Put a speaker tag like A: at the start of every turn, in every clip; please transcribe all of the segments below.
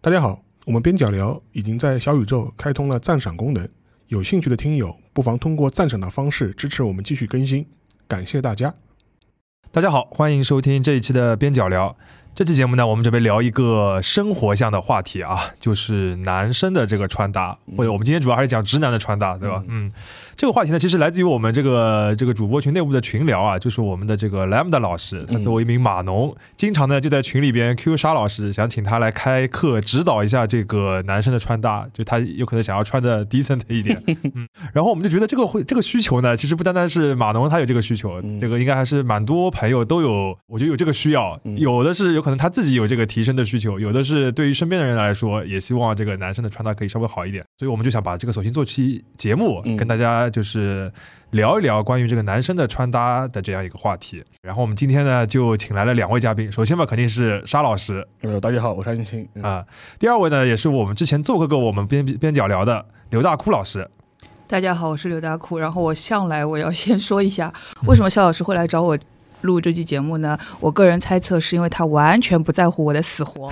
A: 大家好，我们边角聊已经在小宇宙开通了赞赏功能，有兴趣的听友不妨通过赞赏的方式支持我们继续更新，感谢大家。
B: 大家好，欢迎收听这一期的边角聊。这期节目呢，我们准备聊一个生活向的话题啊，就是男生的这个穿搭，或者我们今天主要还是讲直男的穿搭，对吧？嗯，这个话题呢，其实来自于我们这个这个主播群内部的群聊啊，就是我们的这个 Lambda 老师，他作为一名码农，经常呢就在群里边 Q 沙老师，想请他来开课指导一下这个男生的穿搭，就他有可能想要穿的 decent 一点，然后我们就觉得这个会这个需求呢，其实不单单是码农他有这个需求，这个应该还是蛮多朋友都有，我觉得有这个需要，有的是有可能他自己有这个提升的需求，有的是对于身边的人来说，也希望这个男生的穿搭可以稍微好一点，所以我们就想把这个索性做期节目，
C: 嗯
B: 跟大家就是。聊一聊关于这个男生的穿搭的这样一个话题，然后我们今天呢就请来了两位嘉宾，首先嘛肯定是沙老师，
C: 呃，大家好，我是安青。
A: 哎
C: 嗯
B: 啊、第二位呢也是我们之前做客过我们边边角聊的刘大哭老师，
D: 大家好，我是刘大库。然后我向来我要先说一下， 为什么肖老师会来找我录这期节目呢？我个人猜测是因为他完全不在乎我的死活。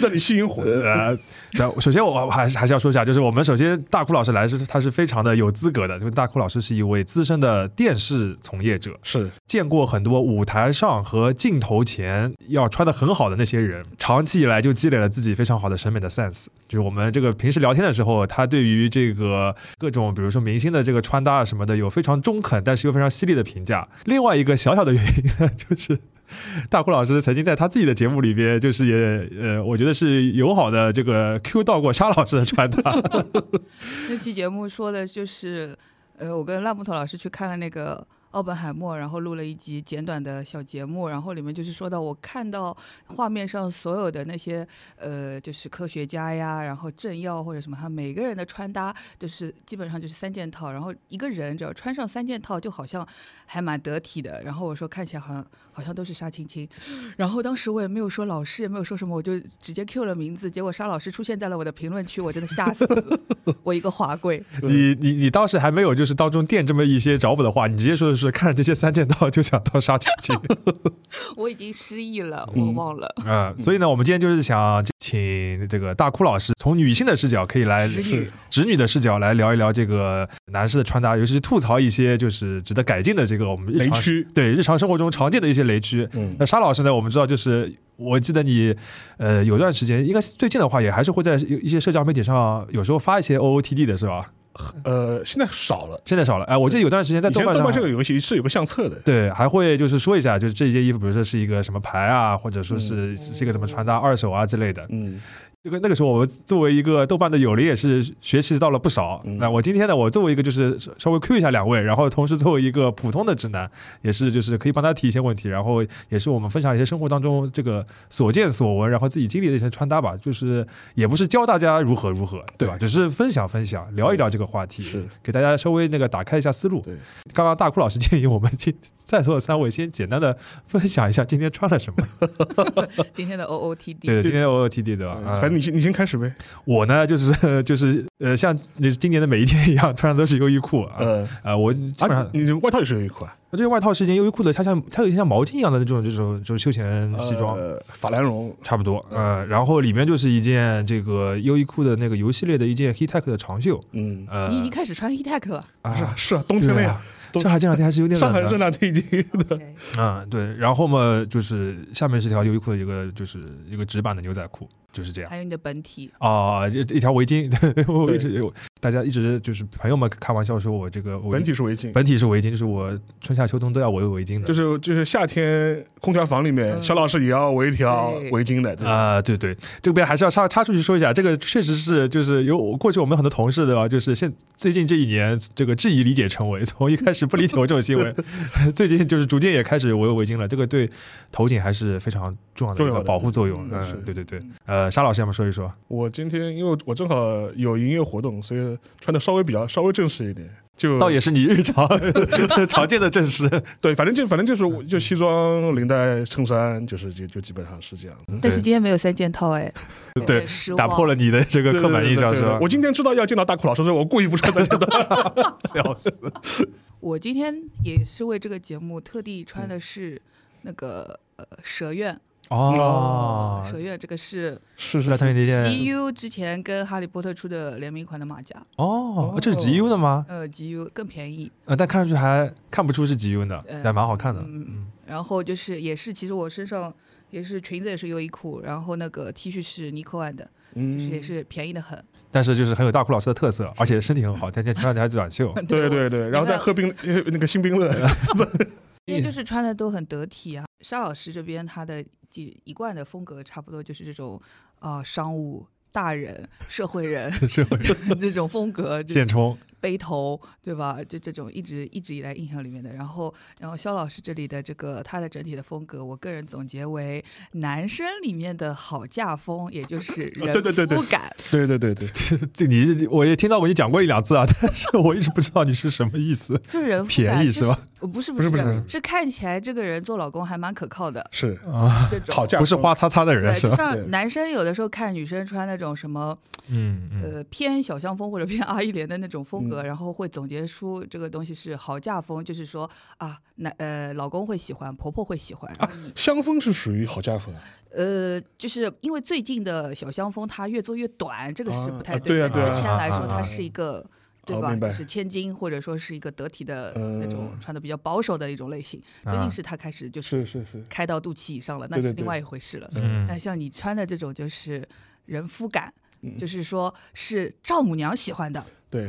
A: 让你吸引火，啊
B: 呃，那首先我还是还是要说一下，就是我们首先大哭老师来是他是非常的有资格的，就是大哭老师是一位资深的电视从业者，
A: 是
B: 见过很多舞台上和镜头前要穿的很好的那些人，长期以来就积累了自己非常好的审美的 sense。就是我们这个平时聊天的时候，他对于这个各种，比如说明星的这个穿搭啊什么的，有非常中肯但是又非常犀利的评价。另外一个小小的原因呢，就是。 大哭老师曾经在他自己的节目里边，就是 也呃，我觉得是友好的这个 Q 到过沙老师的穿搭，
D: 那期节目说的就是，呃，我跟烂木头老师去看了那个。奥本海默，然后录了一集简短的小节目，然后里面就是说到我看到画面上所有的那些呃，就是科学家呀，然后政要或者什么，他每个人的穿搭就是基本上就是三件套，然后一个人只要穿上三件套，就好像还蛮得体的。然后我说看起来好像好像都是沙青青，然后当时我也没有说老师，也没有说什么，我就直接 Q 了名字，结果沙老师出现在了我的评论区，我真的吓死了。我一个华贵，
B: 你你你当时还没有就是当中垫这么一些找补的话，你直接说的是看着这些三件套就想到沙青青。
D: 我已经失忆了，我忘了。
B: 嗯，所以呢，我们今天就是想请这个大哭老师从女性的视角，可以来
D: 直女
B: 是直女的视角来聊一聊这个男士的穿搭，尤其是吐槽一些就是值得改进的这个我们日
A: 雷
B: 常
A: 区，
B: 对日常生活中常见的一些雷区。
C: 嗯
B: 那沙老师呢，我们知道就是我记得你呃有段时间，应该是最近的话也还是会在有一些社交媒体上有时候发一些 OOTD 的是吧？
A: 呃，现在少了。
B: 现在少了，哎，我记得有段时间在
A: 以前
B: 豆瓣
A: 豆
B: 上
A: 瓣这个游戏是有个相册的，
B: 对，还会就是说一下，就是这件衣服，比如说是一个什么牌啊，或者说
A: 嗯
B: 是这个怎么穿搭、二手啊之类的。
C: 嗯
B: 这个那个时候，我作为一个豆瓣的友邻，也是学习到了不少。
C: 嗯
B: 那我今天呢，我作为一个就是稍微 Q 一下两位，然后同时作为一个普通的直男，也是就是可以帮他提一些问题，然后也是我们分享一些生活当中这个所见所闻，然后自己经历的一些穿搭吧，就是也不是教大家如何如何，对吧？
A: 对
B: 只是分享分享，聊一聊这个话题，
C: 是
B: 给大家稍微那个打开一下思路。
C: 对，
B: 刚刚大哭老师建议我们今在座的三位先简单的分享一下今天穿了什么。
D: 今天的 OOTD，
B: 对，今天我有 T D 对吧？
A: 呃
B: 啊
A: 反正你先你先开始呗。
B: 我呢，就是 就是呃，像就是今年的每一天一样，穿的都是优衣库啊。呃
C: 呃
B: 我基本上
A: 啊，，你这外套也是优衣库啊？
B: 这件外套是一件优衣库的，它像它有一些像毛巾一样的那种，这种就是休闲西装，
C: 呃法兰绒，
B: 差不多。呃，然后里面就是一件这个优衣库的那个游系列的一件 Heattech 的长袖。
C: 嗯
B: 呃，
D: 你已经开始穿 HeTech 了。
B: 啊
A: 是啊，是啊，冬天了
B: 对
A: 呀
B: 啊，，上海这两天还是有点冷
A: 上
B: 的。
A: 海热闹天已经
D: OK
B: 嗯，啊对。然后嘛，就是下面是条优衣库的一个就是一个直版的牛仔裤，就是这样。
D: 还有你的本体，
B: 啊，这一条围巾， 我
A: 对
B: 一直我大家一直就是朋友们开玩笑说我这个围
A: 本体是围巾，
B: 本体是围巾，就是我春夏秋冬都要围围巾的。
A: 就是就是夏天空调房里面，
D: 嗯
A: 肖老师也要围一条
D: 对
A: 围巾的，对吧？
B: 啊、对对，这边还是要插插出去说一下，这个确实是就是有我过去我们很多同事对吧？就是现最近这一年这个质疑理解成为，从一开始不理 解我这种行为， 最近就是逐渐也开始围围巾了。这个对头颈还是非常重要的一
A: 重要
B: 个
A: 的
B: 保护作用。
A: 嗯是
B: 嗯，对对对。呃，沙老师要不说一说？
A: 我今天因为我正好有营业活动，所以穿的稍微比较稍微正式一点，就
B: 倒也是你日常 常见的正事。
A: 对，反正就反正就是我
B: 嗯
A: 就西装、领带、衬衫，就是就就基本上是这样嗯的。
D: 但是今天没有三件套哎，有
B: 对
D: 点失望
B: 打破了你的这个刻板印象
A: 对对对
B: 是
A: 对
B: 吧
A: 对？我今天知道要见到大苦老师，所以我故意不穿这件 的。
B: 笑死！
D: 我
B: 嗯
D: 今天也是为这个节目特地穿的是那个呃蛇院
B: 哦，
D: 蛇月这个是
C: 是
B: 是莱特林迪店
D: GU 之前跟哈利波特出的联名款的马甲，
B: 哦，这是 GU 的吗？
D: 呃，GU 更便宜。
B: 呃，但看上去还看不出是 GU 的，
D: 呃
B: 但蛮好看的。
D: 嗯
B: 嗯，
D: 然后就是也是，其实我身上也是裙子也是优衣库，然后那个 T 恤是尼克万的，就
C: 嗯
D: 是也是便宜的很。
B: 但是就是很有大库老师的特色，而且身体很好，但这穿上还短 袖。
A: 对对对，然后再喝冰呃那个新冰乐，
B: 嗯
D: 因为就是穿的都很得体啊。沙老师这边他的几一贯的风格差不多就是这种啊、呃商务大人、社会人
B: 是 会
D: 这种风格，就是
B: 现充，
D: 背头对吧？就这种一直一直以来印象里面的。然后，然后肖老师这里的这个他的整体的风格，我个人总结为男生里面的好嫁风，也就是人
A: 对对对对
D: 不敢。
A: 对对对对，
B: 这你我也听到过你讲过一两次啊， 但是我一直不知道你是什么意思。
D: 就是人肤感
B: 便宜
D: 啊就是
B: 吧？？
D: 呃不是不
A: 不是
D: 不
A: 不
D: 是
A: 是，
D: 是看起来这个人做老公还蛮可靠的
A: 是
B: 啊，
D: 这种。
A: 好价格
B: 不是花擦擦的人是
D: 对，就
B: 吧？
D: 像
A: 对
D: 男生有的时候看女生穿那种什么
B: 嗯嗯，
D: 呃偏小香风或者偏 阿依莲的那种风格，然后会总结出这个东西是好嫁风，就是说啊，男呃老公会喜欢，婆婆会喜欢，然后你
A: 香风是属于好价风啊，
D: 呃，就是因为最近的小香风它越做越短，这个是不太
A: 啊对啊
D: 的。
A: 对啊
D: 之前
B: 啊
D: 来说，
B: 啊啊
D: 它是一个。对
C: 哦
D: 吧？
C: 明白
D: 就是千金，或者说是一个得体的那种，
C: 嗯
D: 穿的比较保守的一种类型。最
B: 啊
D: 近是它开始就是
C: 是是是，
D: 开到肚脐以上了，那
C: 对
D: 是
C: 对
D: 另
C: 对
D: 外一回事了。
B: 嗯
D: 那像你穿的这种就是人夫感，
C: 嗯
D: 就是说是丈母娘喜欢的，
C: 对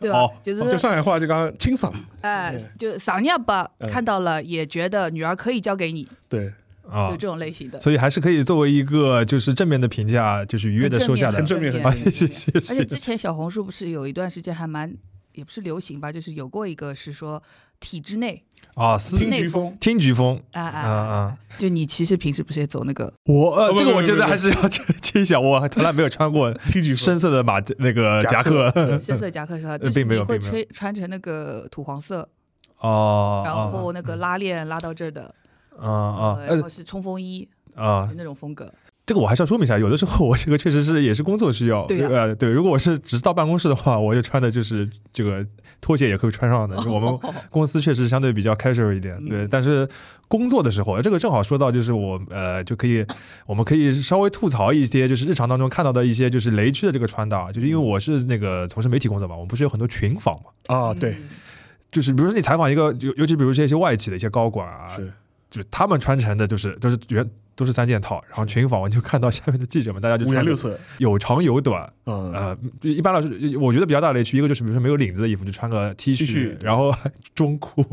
D: 对吧
B: 哦？
D: 就
A: 就是上海话就刚清爽，
D: 哎
C: 对，
D: 就嗓音吧，
C: 嗯
D: 看到了也觉得女儿可以交给你，
A: 对，
B: 啊
D: 就，这种类型的，
B: 所以还是可以作为一个就是正面的评价，就是愉悦的收下来
D: 很
B: 的。
D: 正面，
A: 很
D: 很
A: 正面
B: 啊，
D: 正
B: 谢
D: 面
B: 谢谢
D: 而且
B: 谢。
D: 之前小红书不是有一段时间还蛮，也不是流行吧，就是有过一个是说体制内，
B: 啊，思
A: 菊
D: 听内
A: 风，
B: 听菊风，
D: 啊啊
B: 啊啊！
D: 就你其实平时不是也走那个，
B: 我呃，
A: 不
B: 这个
A: 不
B: 我
A: 不
B: 觉得
A: 不
B: 还是要 清一下，我从来没有穿过
A: 听菊风，
B: 深色的马那个夹克。
D: 深色夹克是吧？就
B: 呃
D: 是
B: 并没
D: 你
B: 有
D: 会
B: 并没
D: 穿穿成那个土黄色，
B: 哦，
D: 然后那个拉链拉到这儿的，
B: 啊啊
D: 呃然后是冲锋衣，
B: 呃啊
D: 就，那种风格。
B: 这个我还是要说明一下，有的时候我这个确实是也是工作需要，
D: 对呀
B: 呃对，如果我是只是到办公室的话，我就穿的就是这个拖鞋也可以穿 上的。就我们公司确实相对比较 casual 一点，
D: 嗯
B: 对。但是工作的时候，这个正好说到就是我呃就可 以，我们可以稍微吐槽一些就是日常当中看到的一些就是雷区的这个穿搭，就是因为我是那个从事媒体工作嘛，我们不是有很多群访嘛，
C: 啊，对，
D: 嗯，
B: 就是比如说你采访一个，尤尤其比如说一些外企的一些高管啊，
C: 是
B: 就是他们穿成的就是都是原都是三件套，然后群访我就看到下面的记者们，大家就
A: 五颜
B: 穿
A: 六
B: 得
A: 色，
B: 有长有短，
C: 嗯，
B: 呃，就一般来说，我觉得比较大的雷区，一个就是比如说没有领子的衣服，就穿个 T
A: T
B: 恤
A: 恤，
B: 然后 中裤，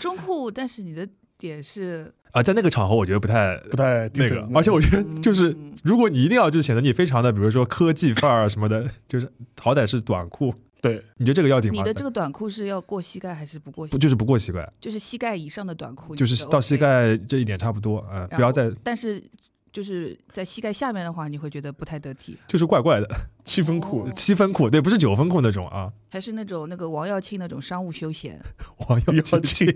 D: 中裤，但是你的点是
B: 啊，在那个场合我觉得不太
C: 不太
B: 那个，而且我觉得就是，如果你一定要就显得你非常的，比如说科技范儿啊什么的， 就是好歹是短裤，
C: 对
B: 你觉得这个要紧吗？
D: 你的这个短裤是要过膝盖还是不过膝
B: 不？就是不过膝盖，
D: 就是膝盖以上的短裤，
B: 就
D: 你
B: 是
D: 觉得
B: 到
D: OK
B: 膝。盖这一点差不多，嗯，
D: 然后
B: 不要再
D: 但是就是在膝盖下面的话，你会觉得不太得体，
B: 就是怪怪的。
A: 七分裤
D: 哦，
B: 七分裤，对，不是九分裤那种啊。
D: 还是那种那个王耀庆那种商务休闲，
B: 黄油
A: 妖
B: 精，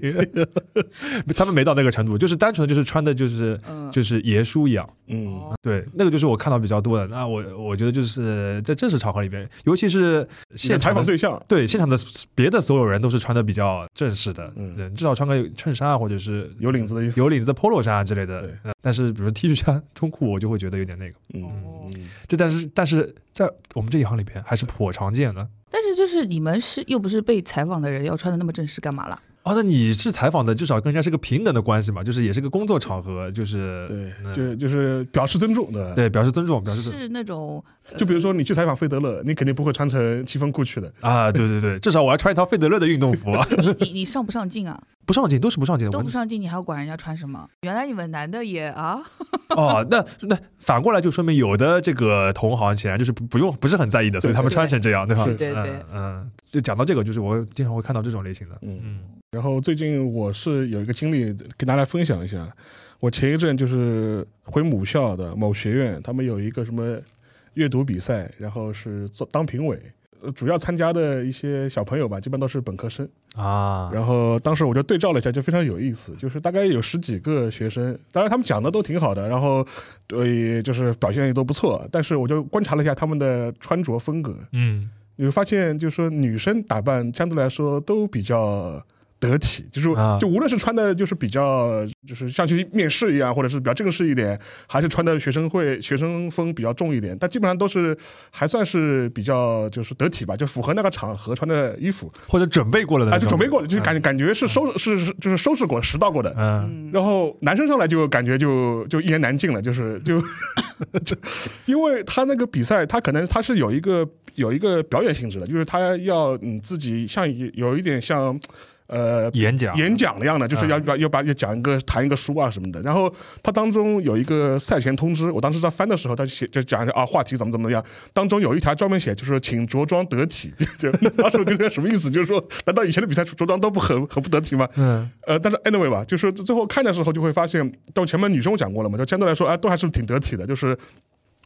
B: 他们没到那个程度，就是单纯就是穿的就是
D: 嗯，
B: 就是爷叔一样。
C: 嗯，
D: 哦
B: 对，那个就是我看到比较多的。那我我觉得就是在正式场合里边，尤其是
A: 你的
B: 现
A: 采
B: 场
A: 访
B: 的。
A: 对象，
B: 对现场的别的所有人都是穿的比较正式的，
C: 嗯
B: 人至少穿个衬衫啊，或者是
C: 有领子的衣服，
B: 有领子的 polo 衫啊之类的
C: 对。
B: 呃但是比如 T 恤衫、中裤，我就会觉得有点那个。
D: 哦
C: 嗯，嗯
B: 这但是但是在我们这一行里边还是颇常见的。
D: 但是就是你们是又不是被采访的人，要穿的那么正式干嘛啦？
B: 哦，那你是采访的，至少跟人家是个平等的关系嘛，就是也是个工作场合，就是
C: 对
B: 嗯
A: 就就是表示尊重的。
B: 对表示尊重，表示尊
D: 是那种
A: 就比如说你去采访费德勒，你肯定不会穿成七分裤去的，
B: 啊，对对对，至少我要穿一套费德勒的运动服啊，
D: 你你上不上镜啊？
B: 不上镜都是不上镜的。
D: 都
B: 我
D: 不上镜，你还要管人家穿什么？原来你们男的也啊，
B: 哦，那那反过来就说明有的这个同行显然就是不不用不是很在意的，所以他们
D: 对
B: 穿成这样，对吧？
A: 是
D: 对对
B: 嗯嗯，就讲到这个，就是我经常会看到这种类型的，
C: 嗯
B: 嗯
A: 然后最近我是有一个经历跟大家分享一下，我前一阵就是回母校的某学院，他们有一个什么阅读比赛，然后是做当评委，呃主要参加的一些小朋友吧，基本都是本科生。
B: 啊，
A: 然后当时我就对照了一下，就非常有意思，就是大概有十几个学生，当然他们讲的都挺好的，然后对就是表现也都不错，但是我就观察了一下他们的穿着风格，
B: 嗯
A: 你会发现，就是说女生打扮相对来说都比较得体，就是
B: 啊
A: 就无论是穿的就是比较就是像去面试一样，或者是比较正式一点，还是穿的学生会学生风比较重一点，但基本上都是还算是比较就是得体吧，就符合那个场合穿的衣服
B: 或者准备过了的
A: 啊，
B: 那
A: 就准
B: 种，
A: 备过的，就是感感觉是收是是就是收拾过拾到过的，
B: 嗯
D: 嗯，
A: 然后男生上来就感觉就就一言难尽了，就是就就，因为他那个比赛，他可能他是有一个有一个表演性质的，就是他要你自己像有一点像呃
B: 演讲
A: 演讲一样的，就是要要要把要讲一个谈一个书啊什么的。然后他当中有一个赛前通知，我当时在翻的时候，他就写就讲一下啊话题怎么怎么样，当中有一条专门写就是请着装得体， 就当时我就觉得什么意思？就是说难道以前的比赛着装都不很很不得体吗？
B: 嗯
A: 呃，但是 anyway 吧，就是最后看的时候就会发现，到前面女生我讲过了嘛，就相对来说，哎，都还是挺得体的，就是。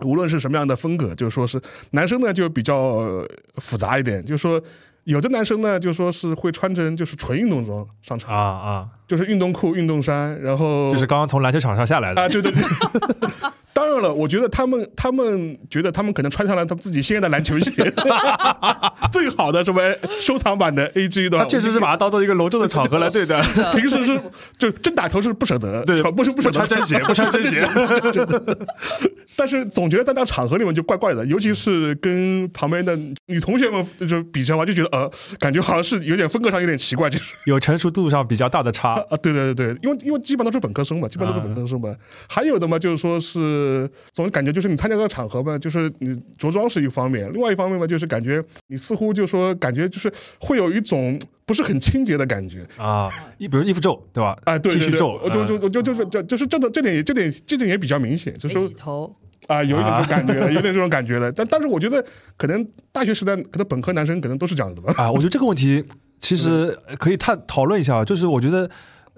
A: 无论是什么样的风格，就是说是男生呢就比较呃复杂一点，就是说有的男生呢就说是会穿成就是纯运动装上场，
B: 啊啊，
A: 就是运动裤、运动衫，然后
B: 就是刚刚从篮球场上下来的
A: 啊，对对 对。当然了，我觉得他们他们觉得他们可能穿上了他们自己心爱的篮球 鞋， 最好的什么收藏版的 AG 的，
B: 他啊确实是把它当做一个隆重的场合来对待，
A: 平时 是就真打头是不舍得，
B: 对
A: 穿不是不舍
B: 不
A: 得
B: 穿真鞋，不穿真鞋，
A: 但是总觉得在那场合里面就怪怪的，尤其是跟旁边的女同学们就比较啊，就觉得呃，感觉好像是有点风格上有点奇怪，就是
B: 有成熟度上比较大的差
A: 啊，啊对对对对，因为因为基本都是本科生嘛，基本都是本科生嘛。还有的嘛，就是说是总感觉就是你参加这个场合嘛，就是你着装是一方面，另外一方面嘛，就是感觉你似乎就说感觉就是会有一种不是很清洁的感觉。
B: 啊。一比如衣服皱，对吧？
A: 啊，对对
B: 剃须
A: 对，
B: 皱，
A: 我就就
B: 嗯
A: 就就就就就是这个这点也这点这点也比较明显，就是
D: 没
A: 说
D: 洗头，
A: 啊，有一点
B: 啊
A: 这种感觉，有点这种感觉了。但但是我觉得，可能大学时代，可能本科男生可能都是这样子的吧。
B: 啊，我觉得这个问题其实
A: 嗯
B: 可以探讨论一下，啊就是我觉得。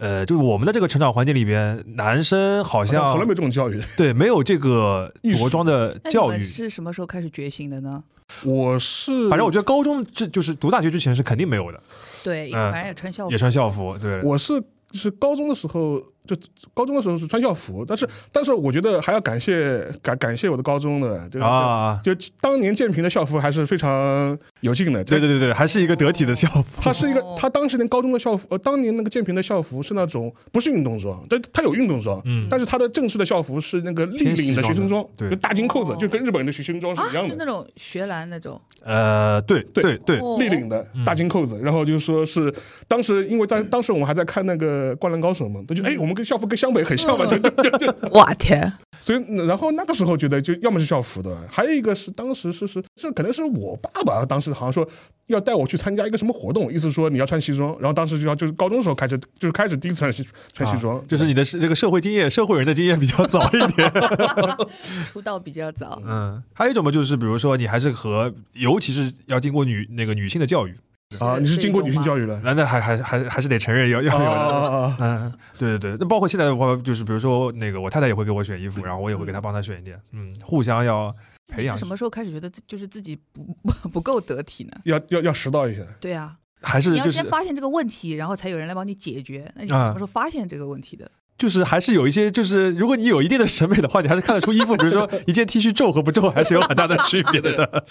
B: 呃，就是我们的这个成长环境里边，男生好像
A: 从来没有这种教育。
B: 对没有这个
A: 意识
B: 着装的
D: 那你
B: 教
D: 们
B: 育。
D: 是什么时候开始觉醒的呢？
A: 我是，
B: 反正我觉得高中这就是读大学之前是肯定没有的，
D: 对，
B: 嗯
D: 反正也穿校服
B: 也，穿校服，对，
A: 我是就是高中的时候，就高中的时候是穿校服，但是但是我觉得还要感谢感感谢我的高中的，就是、
B: 啊，
A: 就当年建平的校服还是非常有劲的。就
B: 对对对对，还是一个得体的校服，
A: 它是一个
D: 哦，
A: 它当时连高中的校服，呃，当年那个建平的校服是那种不是运动装，但它有运动装，
B: 嗯
A: 但是它的正式的校服是那个立领的学生装，
B: 偏西装的对
A: 就大金扣子
D: 哦，
A: 就跟日本人的学生装是
D: 啊，
A: 一样
D: 就那
A: 的，
D: 种学蓝那种，
B: 呃，对对
A: 对
B: 对，
D: 哦
A: 立领的
B: 嗯
A: 大金扣子。然后就说是当时，因为在当时我们还在看那个《灌篮高手》嘛，他
D: 嗯
A: 就哎，我们跟校服跟湘北很像嘛，就就就就，
D: 哇天，
A: 所以然后那个时候觉得就要么是校服的，还有一个是当时是是是可能是我爸爸当时好像说。要带我去参加一个什么活动，意思说你要穿西装，然后当时就要就是高中的时候开始就是开始第一次穿西穿西装
B: 啊，就是你的这个社会经验，社会人的经验比较早一点。
D: 出道比较早，
B: 嗯，还有一种嘛，就是比如说你还是和，尤其是要经过女那个女性的教育，
A: 啊，你是经过女性
D: 育
A: 教育了。
B: 那那还还还还是得承认要 要有的。
A: 啊！
B: 嗯，对对对，那包括现在的话，就是比如说那个我太太也会给我选衣服，然后我也会给她帮她选一 件，嗯，互相要培养
D: 什么时候开始觉得自就是自己不 不够得体呢？
A: 要要要拾到一下，
D: 对啊，
B: 还是
D: 你要
B: 就是
D: 先发现这个问题，然后才有人来帮你解决。那你是
A: 嗯
B: 啊
D: 什么时候发现这个问题的？
B: 就是还是有一些，就是如果你有一定的审美的话，你还是看得出衣服，比如说一件 T 恤皱和不皱，还是有很大的区别 的。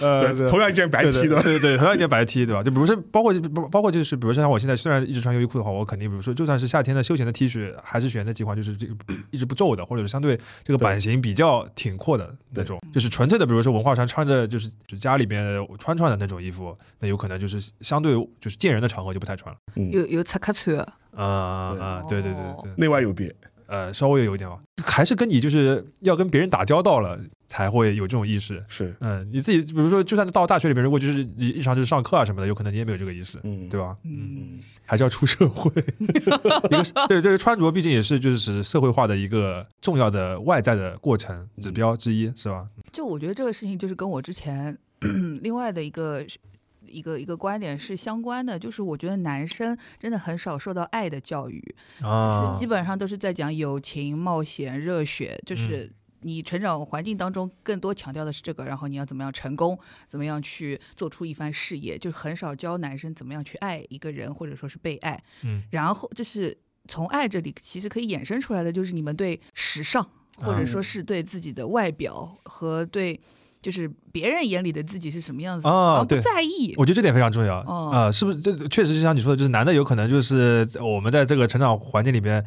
B: 呃，对
A: 同样一件白 T 的
B: 对，对对，同样一件白 T 对吧？就比如说，包括包包括就是，比如说像我现在虽然一直穿优衣库的话，我肯定比如说就算是夏天的休闲的 T 恤，还是选那几款就是这个一直不皱的，或者是相对这个版型比较挺阔的那种，就是纯粹的，比如说文化衫穿着就是就家里边穿穿的那种衣服，那有可能就是相对就是见人的场合就不太穿了。
A: 嗯，
D: 有有擦卡车，
B: 啊、
A: 对
B: 啊、对对对
D: 哦
B: 对。
A: 内外有别。
B: 呃，稍微有一点吧，还是跟你就是要跟别人打交道了才会有这种意识。
A: 是，
B: 嗯，你自己比如说，就算到大学里面，如果就是你日常就是上课啊什么的，有可能你也没有这个意识，
A: 嗯，
B: 对吧？
D: 嗯，
B: 还是要出社会，一个是对对，穿着毕竟也是就是社会化的一个重要的外在的过程指标之一，是吧？
D: 就我觉得这个事情就是跟我之前 另外的一个。一个一个观点是相关的，就是我觉得男生真的很少受到爱的教育，
B: 啊嗯
D: 是基，本上都是在讲友情、冒险、热血，就是你成长环境当中更多强调的是这个，然后你要怎么样成功，怎么样去做出一番事业，就很少教男生怎么样去爱一个人，或者说是被爱。
B: 嗯，
D: 然后就是从爱这里其实可以衍生
B: 啊
D: 出来的，就是你们对时尚，或者说是对自己的外表和对就是别人眼里的自己是什么样子，
B: 啊
D: 然后不
B: 对
D: 在意。
B: 我觉得这点非常重要啊、
D: 哦
B: 是不是？这确实就像你说的，就是男的有可能就是在我们在这个成长环境里边，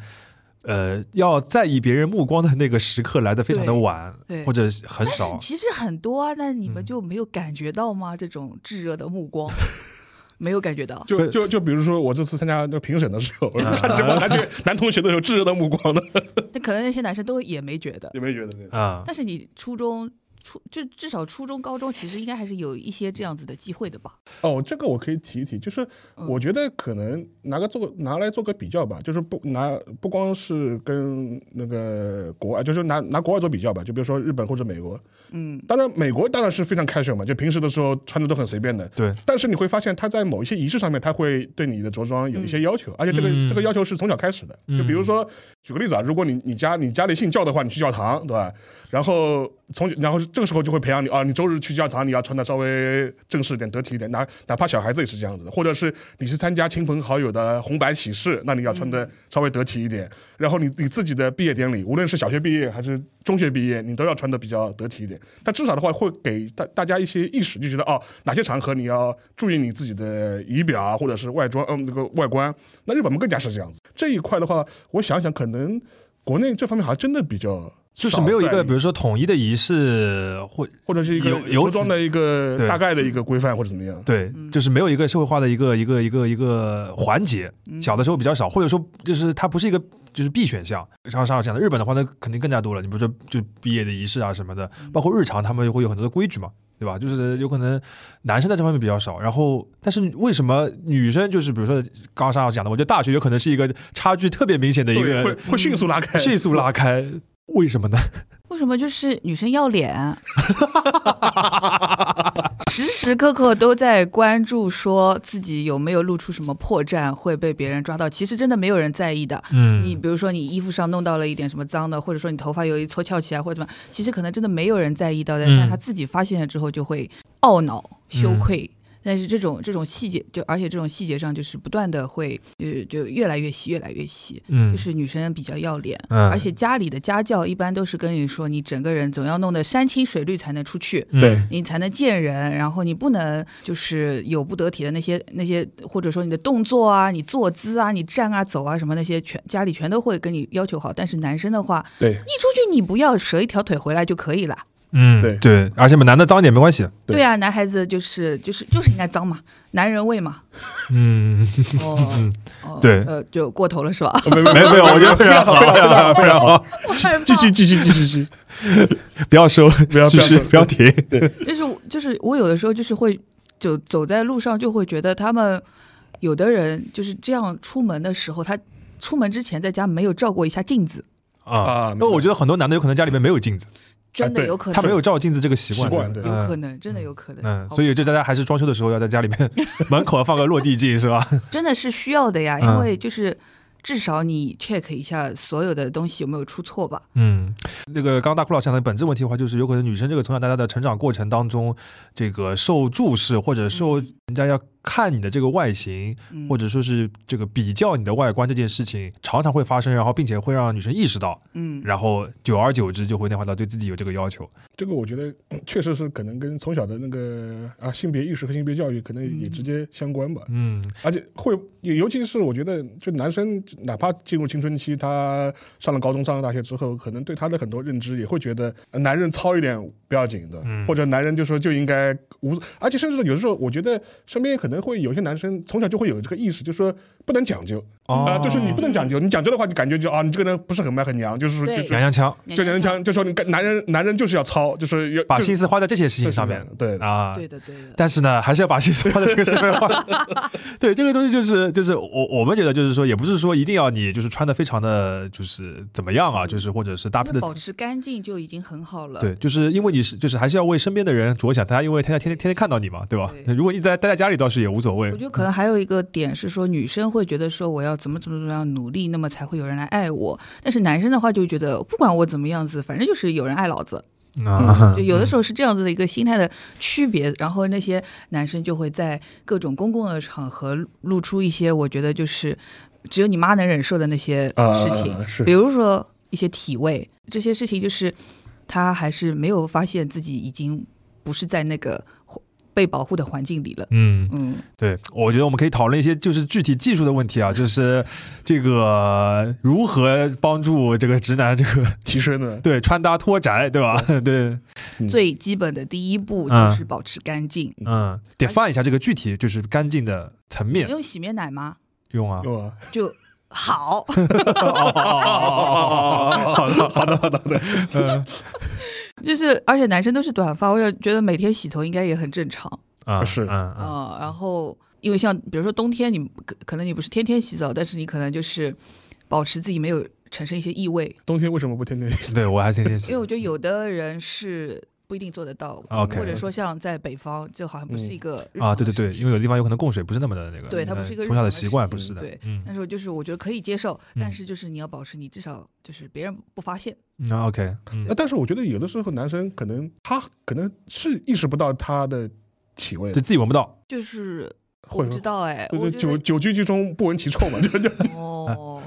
B: 呃，要在意别人目光的那个时刻来的非常的
D: 对
B: 晚
D: 对，
B: 或者很
D: 但是
B: 少。
D: 其实很多啊，但你们
B: 嗯
D: 就没有感觉到吗？这种炙热的目光，没有感觉到。
A: 就就就比如说我这次参加那个评审的时候， 男男男同学都有炙热的目光的，
D: 那可能那些男生都也没觉得。
A: 有没有觉得？
B: 啊、
D: 但是你初中、初就至少初中、高中，其实应该还是有一些这样子的机会的吧？
A: 哦，这个我可以提一提，就是
D: 嗯
A: 我觉得可能拿个做个拿来做个比较吧，就是不拿不光是跟那个国外，就是拿拿国外做比较吧，就比如说日本或者美国。
D: 嗯，
A: 当然，美国当然是非常 casual 嘛，就平时的时候穿的都很随便的。
B: 对，
A: 但是你会发现，他在某一些仪式上面，他会对你的着装有一些要求，而且这个、
B: 嗯
A: 这个要求是从小开始的。
B: 嗯
A: 就比如说，举个例子啊，如果你你家你家里信教的话，你去教堂，对吧？然后从然后这个时候就会培养你啊，你周日去教堂，你要穿的稍微正式一点、得体一点，哪哪怕小孩子也是这样子的，或者是你是参加亲朋好友的红白喜事，那你要穿的稍微得体一点。然后你你自己的毕业典礼，无论是小学毕业还是中学毕业，你都要穿的比较得体一点。但至少的话，会给大大家一些意识，就觉得哦，哪些场合你要注意你自己的仪表啊，或者是外装，嗯，这个外观。那日本们更加是这样子。这一块的话，我想想，可能国内这方面还真的比较。
B: 就是没有一个，比
A: 如
B: 如说统一的仪式，或
A: 或者是一个
B: 有有
A: 着装
B: 此
A: 的一个
B: 对
A: 大概的一个规范或者怎么样。
B: 对，
D: 嗯
B: 就是没有一个社会化的一个一个一个一个环节。
D: 嗯
B: 小的时候比较少，或者说就是它不是一个就是必选项。像上讲的日本的话，那肯定更加多了。你比如说就毕业的仪式啊什么的，包括日常他们会有很多的规矩嘛，对吧？就是有可能男生在这方面比较少，然后但是为什么女生就是比如说刚刚上讲的，我觉得大学有可能是一个差距特别明显的一
A: 对，会
B: 个嗯
A: 会迅速拉开，
B: 迅速拉开，为什么呢？
D: 为什么就是女生要脸？啊 时时刻刻都在关注，说自己有没有露出什么破绽会被别人抓到。其实真的没有人在意的。
B: 嗯
D: 你比如说，你衣服上弄到了一点什么脏的，或者说你头发有一撮翘起来，或者怎么样，其实可能真的没有人在意到的，
B: 嗯
D: 但他自己发现了之后就会懊恼、羞
B: 嗯
D: 愧。但是这种这种细节，就而且这种细节上就是不断的会，就就越来越细，越来越细。
B: 嗯
D: 就是女生比较要脸，
B: 嗯
D: 而且家里的家教一般都是跟你说，你整个人总要弄得山清水绿才能出去。
B: 嗯
A: 对
D: 你才能见人，然后你不能就是有不得体的那些那些，或者说你的动作啊、你坐姿啊、你站啊、走啊什么那些，全家里全都会跟你要求好。但是男生的话，
A: 对
D: 一出去你不要折一条腿回来就可以了。
B: 嗯
A: 对
B: 对，而且嘛，男的脏一点没关系，
A: 对
D: 对啊，男孩子就是就是就是应该脏嘛，男人味嘛。
B: 嗯，
D: 哦，哦
B: 对
D: 呃，就过头了是吧？
A: 没
B: 没有没有，我觉得非常好，非常好，非常好，
A: 继续继续继续继续，
B: 不要收，
A: 不要不
B: 继
A: 要
B: 续不要停，
D: 就是我就是我有的时候就是会就走在路上就会觉得他们有的人就是这样出门的时候，他出门之前在家没有照过一下镜子，
B: 啊
A: 啊，
B: 那我觉得很多男的有可能家里面没有镜子，
D: 真的
A: 对
D: 有可能，
B: 哎他没有照镜子这个习惯，
A: 习惯对
D: 有可
B: 嗯
D: 能，真的有可能。哦
B: 嗯，
D: 好
B: 所以就大家还是装修的时候要在家里面 门口放个落地镜 是吧？
D: 真的是需要的呀，
B: 嗯
D: 因为就是至少你 check 一下所有的东西有没有出错吧。
B: 嗯，这个刚刚大哭老师讲的本质问题的话，就是有可能女生这个从小到大的成长过程当中，这个受注视或者受人家要看你的这个外形，
D: 嗯
B: 或者说是这个比较你的外观这件事情，常常会发生，然后并且会让女生意识到，
D: 嗯，
B: 然后久而久之就会内化到对自己有这个要求。
A: 这个我觉得嗯确实是可能跟从小的那个啊性别意识和性别教育可能也
D: 嗯
A: 直接相关吧，
B: 嗯
A: 而且会也尤其是我觉得就男生哪怕进入青春期，他上了高中上了大学之后，可能对他的很多认知也会觉得呃男人糙一点不要紧的，
B: 嗯
A: 或者男人就说就应该无，而且甚至有的时候我觉得身边可能会有些男生从小就会有这个意识，就说不能讲究
B: 哦
A: 啊、就是你不能讲究，你讲究的话就感觉就啊你这个人不是很蛮很娘，就是
D: 对
A: 就是
B: 娘娘腔，
A: 就娘娘腔，就说你男人男人就是要糙，就是要
B: 把
A: 就是
B: 心思花在这些事情上面
A: 就是这样对
B: 啊。
D: 对的对的，
B: 但是呢，还是要把心思放在这个上面花。 对，这个东西就是就是我我们觉得就是说，也不是说一定要你就是穿的非常的就是怎么样啊，就是或者是搭配
D: 那
B: 的
D: 嗯保持干净就已经很好了。
B: 对，就是因为你是就是还是要为身边的人着想，大家因为天天天天天天看到你嘛，对吧？
D: 对
B: 如果你在待在家里倒是也无所谓
D: 我觉。得可能还有一个点是说，女生会觉得说我要怎么怎么怎么样努力，那么才会有人来爱我。但是男生的话就觉得，不管我怎么样子，反正就是有人爱老子。
A: 嗯
B: 啊
D: 就有的时候是这样子的一个心态的区别。然后那些男生就会在各种公共的场合露出一些我觉得就是只有你妈能忍受的那些
A: 啊
D: 事情，
A: 是
D: 比如说一些体味这些事情，就是他还是没有发现自己已经不是在那个被保护的环境里了。
B: 嗯，
D: 嗯，
B: 对，我觉得我们可以讨论一些就是具体技术的问题啊，就是这个如何帮助这个直男这个
A: 提升的，
B: 对穿搭脱宅，对吧？ 对，
A: 嗯啊
D: 最基本的第一步就是保持干净。
B: 嗯，define 一下这个具体就是干净的层
D: 你
B: 面
D: 用洗面奶吗？
B: 用 啊。
A: 哇，
D: 就好，
B: 好的，好的，好的，嗯
D: 就是而且男生都是短发，我也觉得每天洗头应该也很正常
B: 啊
A: 是
B: 嗯嗯
D: 啊、然后因为像比如说冬天你可可能你不是天天洗澡，但是你可能就是保持自己没有产生一些异味，
A: 冬天为什么不天天洗？
B: 对我还 天天
D: 因为我觉得有的人是不一定做得到
B: 哦 OK
D: 或者说像在北方，这好像不是一个日
B: 啊，
D: 常
B: 对对
D: 的
B: 对，
D: 事情
B: 因为有的地方有可能供水不是那么的那个，
D: 对它不
B: 嗯
D: 是一个日
B: 从小的
D: 常的
B: 习
D: 事
B: 惯，
D: 情
B: 不是的，
D: 对
B: 嗯
D: 但是我就是我觉得可以接受，但
B: 嗯
D: 是就是你要保持你至少就是别人不发现，
B: 嗯，OK，嗯
A: 呃那但是我觉得有的时候男生可能他可能是意识不到他的体味
B: 就，自己闻不到，
D: 就是我
A: 会
D: 不知道哎，
A: 就
D: 我
A: 是
D: 觉
A: 久
D: 得
A: 久居居中不闻其臭嘛， 就就
D: 哦，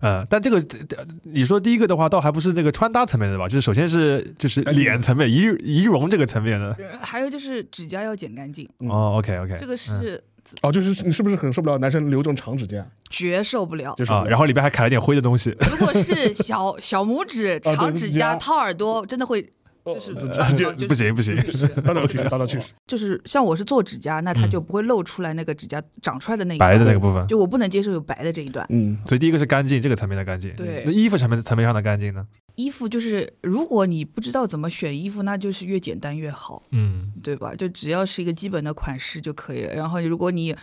B: 呃，但这个呃你说第一个的话，倒还不是那个穿搭层面的吧？就是首先是就是
A: 哎
B: 脸层面、仪仪容这个层面的。
D: 还有就是指甲要剪干净，
A: 嗯
B: 哦，OK OK，
D: 这个是
A: 哦，就是你是不是很受不了男生留这种长指甲？
D: 绝受不了。
A: 就是
B: 啊，然后里边还揩了点灰的东西。
D: 如果是小小拇指、
B: 哦
A: 对
D: 长指甲、
A: 你要
D: 掏耳朵，真的会就是
A: 直接
D: 就
B: 不行不行
D: 就是
A: 呃大道去 大道去，
D: 就是像我是做指甲，那它
B: 嗯
D: 就不会露出来那个指甲长出来的那一
B: 白的
D: 段
B: 那个部分，
D: 就我不能接受有白的这一段。
A: 嗯，
B: 所以第一个是干净，这个层面的干净。
D: 对
B: 那衣服层面层面上的干净呢？
D: 衣服就是，如果你不知道怎么选衣服，那就是越简单越好，
B: 嗯
D: 对吧？就只要是一个基本的款式就可以了。然后如果你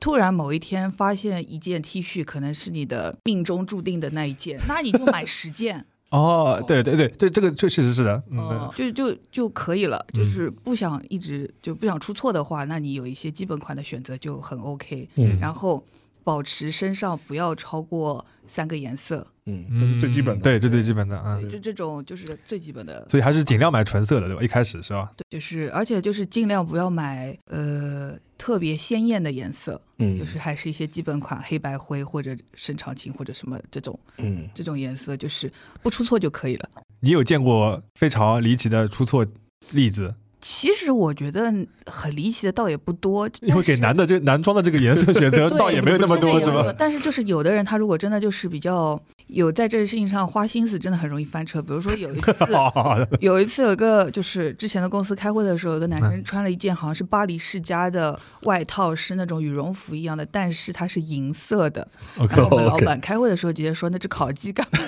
D: 突然某一天发现一件 T 恤可能是你的命中注定的那一件，那你就买十件，
B: 哦，对对对对，这个确确实是的。嗯，
D: 嗯，就就就可以了。就是不想一直就不想出错的话，那你有一些基本款的选择就很 OK。
A: 嗯
D: 然后保持身上不要超过三个颜色，
A: 嗯，
B: 嗯
A: 这是最基本的。
B: 对，这最基本的。嗯，
D: 就这种就是最基本的。
B: 所以还是尽量买纯色的，对吧？一开始是吧？
D: 对，就是而且就是尽量不要买呃特别鲜艳的颜色，
A: 嗯
D: 就是还是一些基本款黑白灰或者深长青或者什么这种
A: 嗯，
D: 这种颜色，就是不出错就可以了。
B: 你有见过非常离奇的出错例子？
D: 其实我觉得很离奇的倒也不多，
B: 因为给男的这男装的这个颜色选择呃
D: 对
B: 倒也没有那么多，
D: 真
B: 是
D: 的有
B: 吧？，
D: 但是就是有的人他如果真的就是比较有在这事情上花心思，真的很容易翻车。比如说有一次
B: 好好的，
D: 有一次有个就是之前的公司开会的时候，有个男
B: 嗯
D: 生穿了一件好像是巴黎世家的外套，是那种羽绒服一样的，但是它是银 色的。
B: 哦 OK
D: 然后我们
A: OK
D: 老板开会的时候直接说那只烤 鸡干嘛？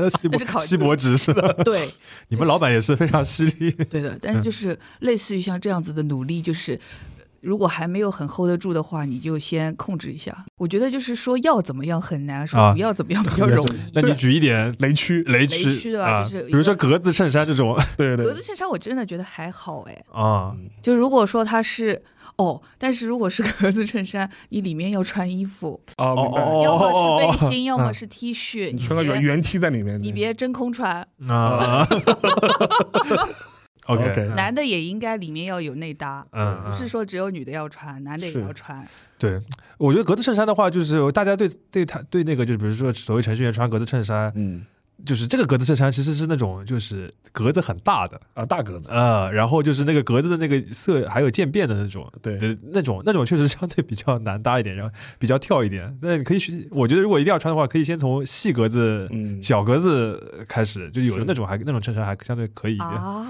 B: 西
D: 那是烤
B: 伯
D: 鸡
B: 西伯职是的，
D: 对
B: 你们老板也是非常犀利。
D: 对的，但是
B: 嗯
D: 就是类似于像这样子的努力，就是。如果还没有很 hold 得住的话，你就先控制一下。我觉得就是说要怎么样很难，
B: 啊
D: 说不要怎么样比较容易。
B: 那你举一点
A: 雷区，
B: 雷
D: 雷
B: 区
D: 区的吧
B: 啊，
D: 就是
B: 比如说格子衬衫这种
A: 对
D: 格
A: 对
D: 子衬衫我真的觉得还好哎，
B: 啊，
D: 就如果说它是哦，但是如果是格子衬衫，你里面要穿衣服，
A: 啊，明白。
D: 要
B: 哦
D: 么是
B: 哦
D: 背
A: 嗯
D: 心，要么是 T 恤，
A: 你
D: 你
A: 穿个
D: 别
A: 圆圆 T 在里面，嗯
D: 你别真空穿，
B: 啊。OK，
A: OK
B: 嗯
D: 男的也应该里面要有内搭。
B: 嗯，
D: 不是
B: 嗯
D: 说只有女的要穿，男的也
A: 是
D: 要穿。
B: 对，我觉得格子衬衫的话，就是大家对对他对那个，就是比如说所谓程序员穿格子衬衫，
A: 嗯
B: 就是这个格子衬衫其实是那种就是格子很大的，
A: 啊，大格子，
B: 呃，然后就是那个格子的那个色还有渐变的那种，
A: 对
B: 呃，那种那种确实相对比较难搭一点，然后比较跳一点。那你可以去，我觉得如果一定要穿的话，可以先从细格子、
A: 嗯，
B: 小格子开始，就有的
A: 是
B: 那种还那种衬衫还相对可以一点，
D: 啊，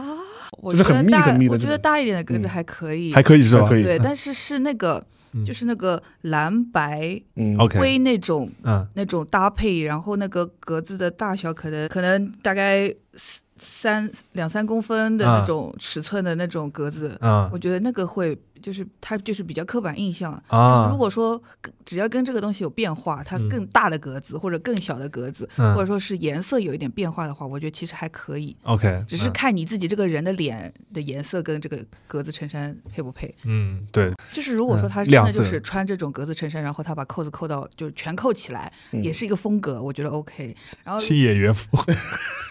D: 我
A: 就是
D: 觉得
A: 很密
D: 大
A: 很密的
D: 我
A: 这
D: 觉得
A: 种
D: 大一点的格子
A: 嗯
D: 还可以，
B: 还可以是吧？
A: 可以
D: 对，但是是那个
B: 嗯
D: 就是那个蓝白
A: 嗯
B: OK，
D: 灰那种
B: 嗯，
D: 那种搭配，然后那个格子的大小可能可能大概三三两三公分的
B: 啊
D: 那种尺寸的那种格子，
B: 嗯
D: 我觉得那个会就是它就是比较刻板印象。就是
B: 啊
D: 如，果说跟只要跟这个东西有变化，它
B: 嗯
D: 更大的格子或者更小的格子，
B: 嗯
D: 或者说是颜色有一点变化的话，我觉得其实还可以。
B: OK，
D: 只是
B: 嗯
D: 看你自己这个人的脸的颜色跟这个格子衬衫配不配。
B: 嗯，对，
D: 就是如果说他
B: 嗯
D: 真的
B: 亮
D: 就
B: 色
D: 是穿这种格子衬衫，然后他把扣子扣到就全扣起来，
A: 嗯
D: 也是一个风格，我觉得 OK。然后
B: 新野原 服，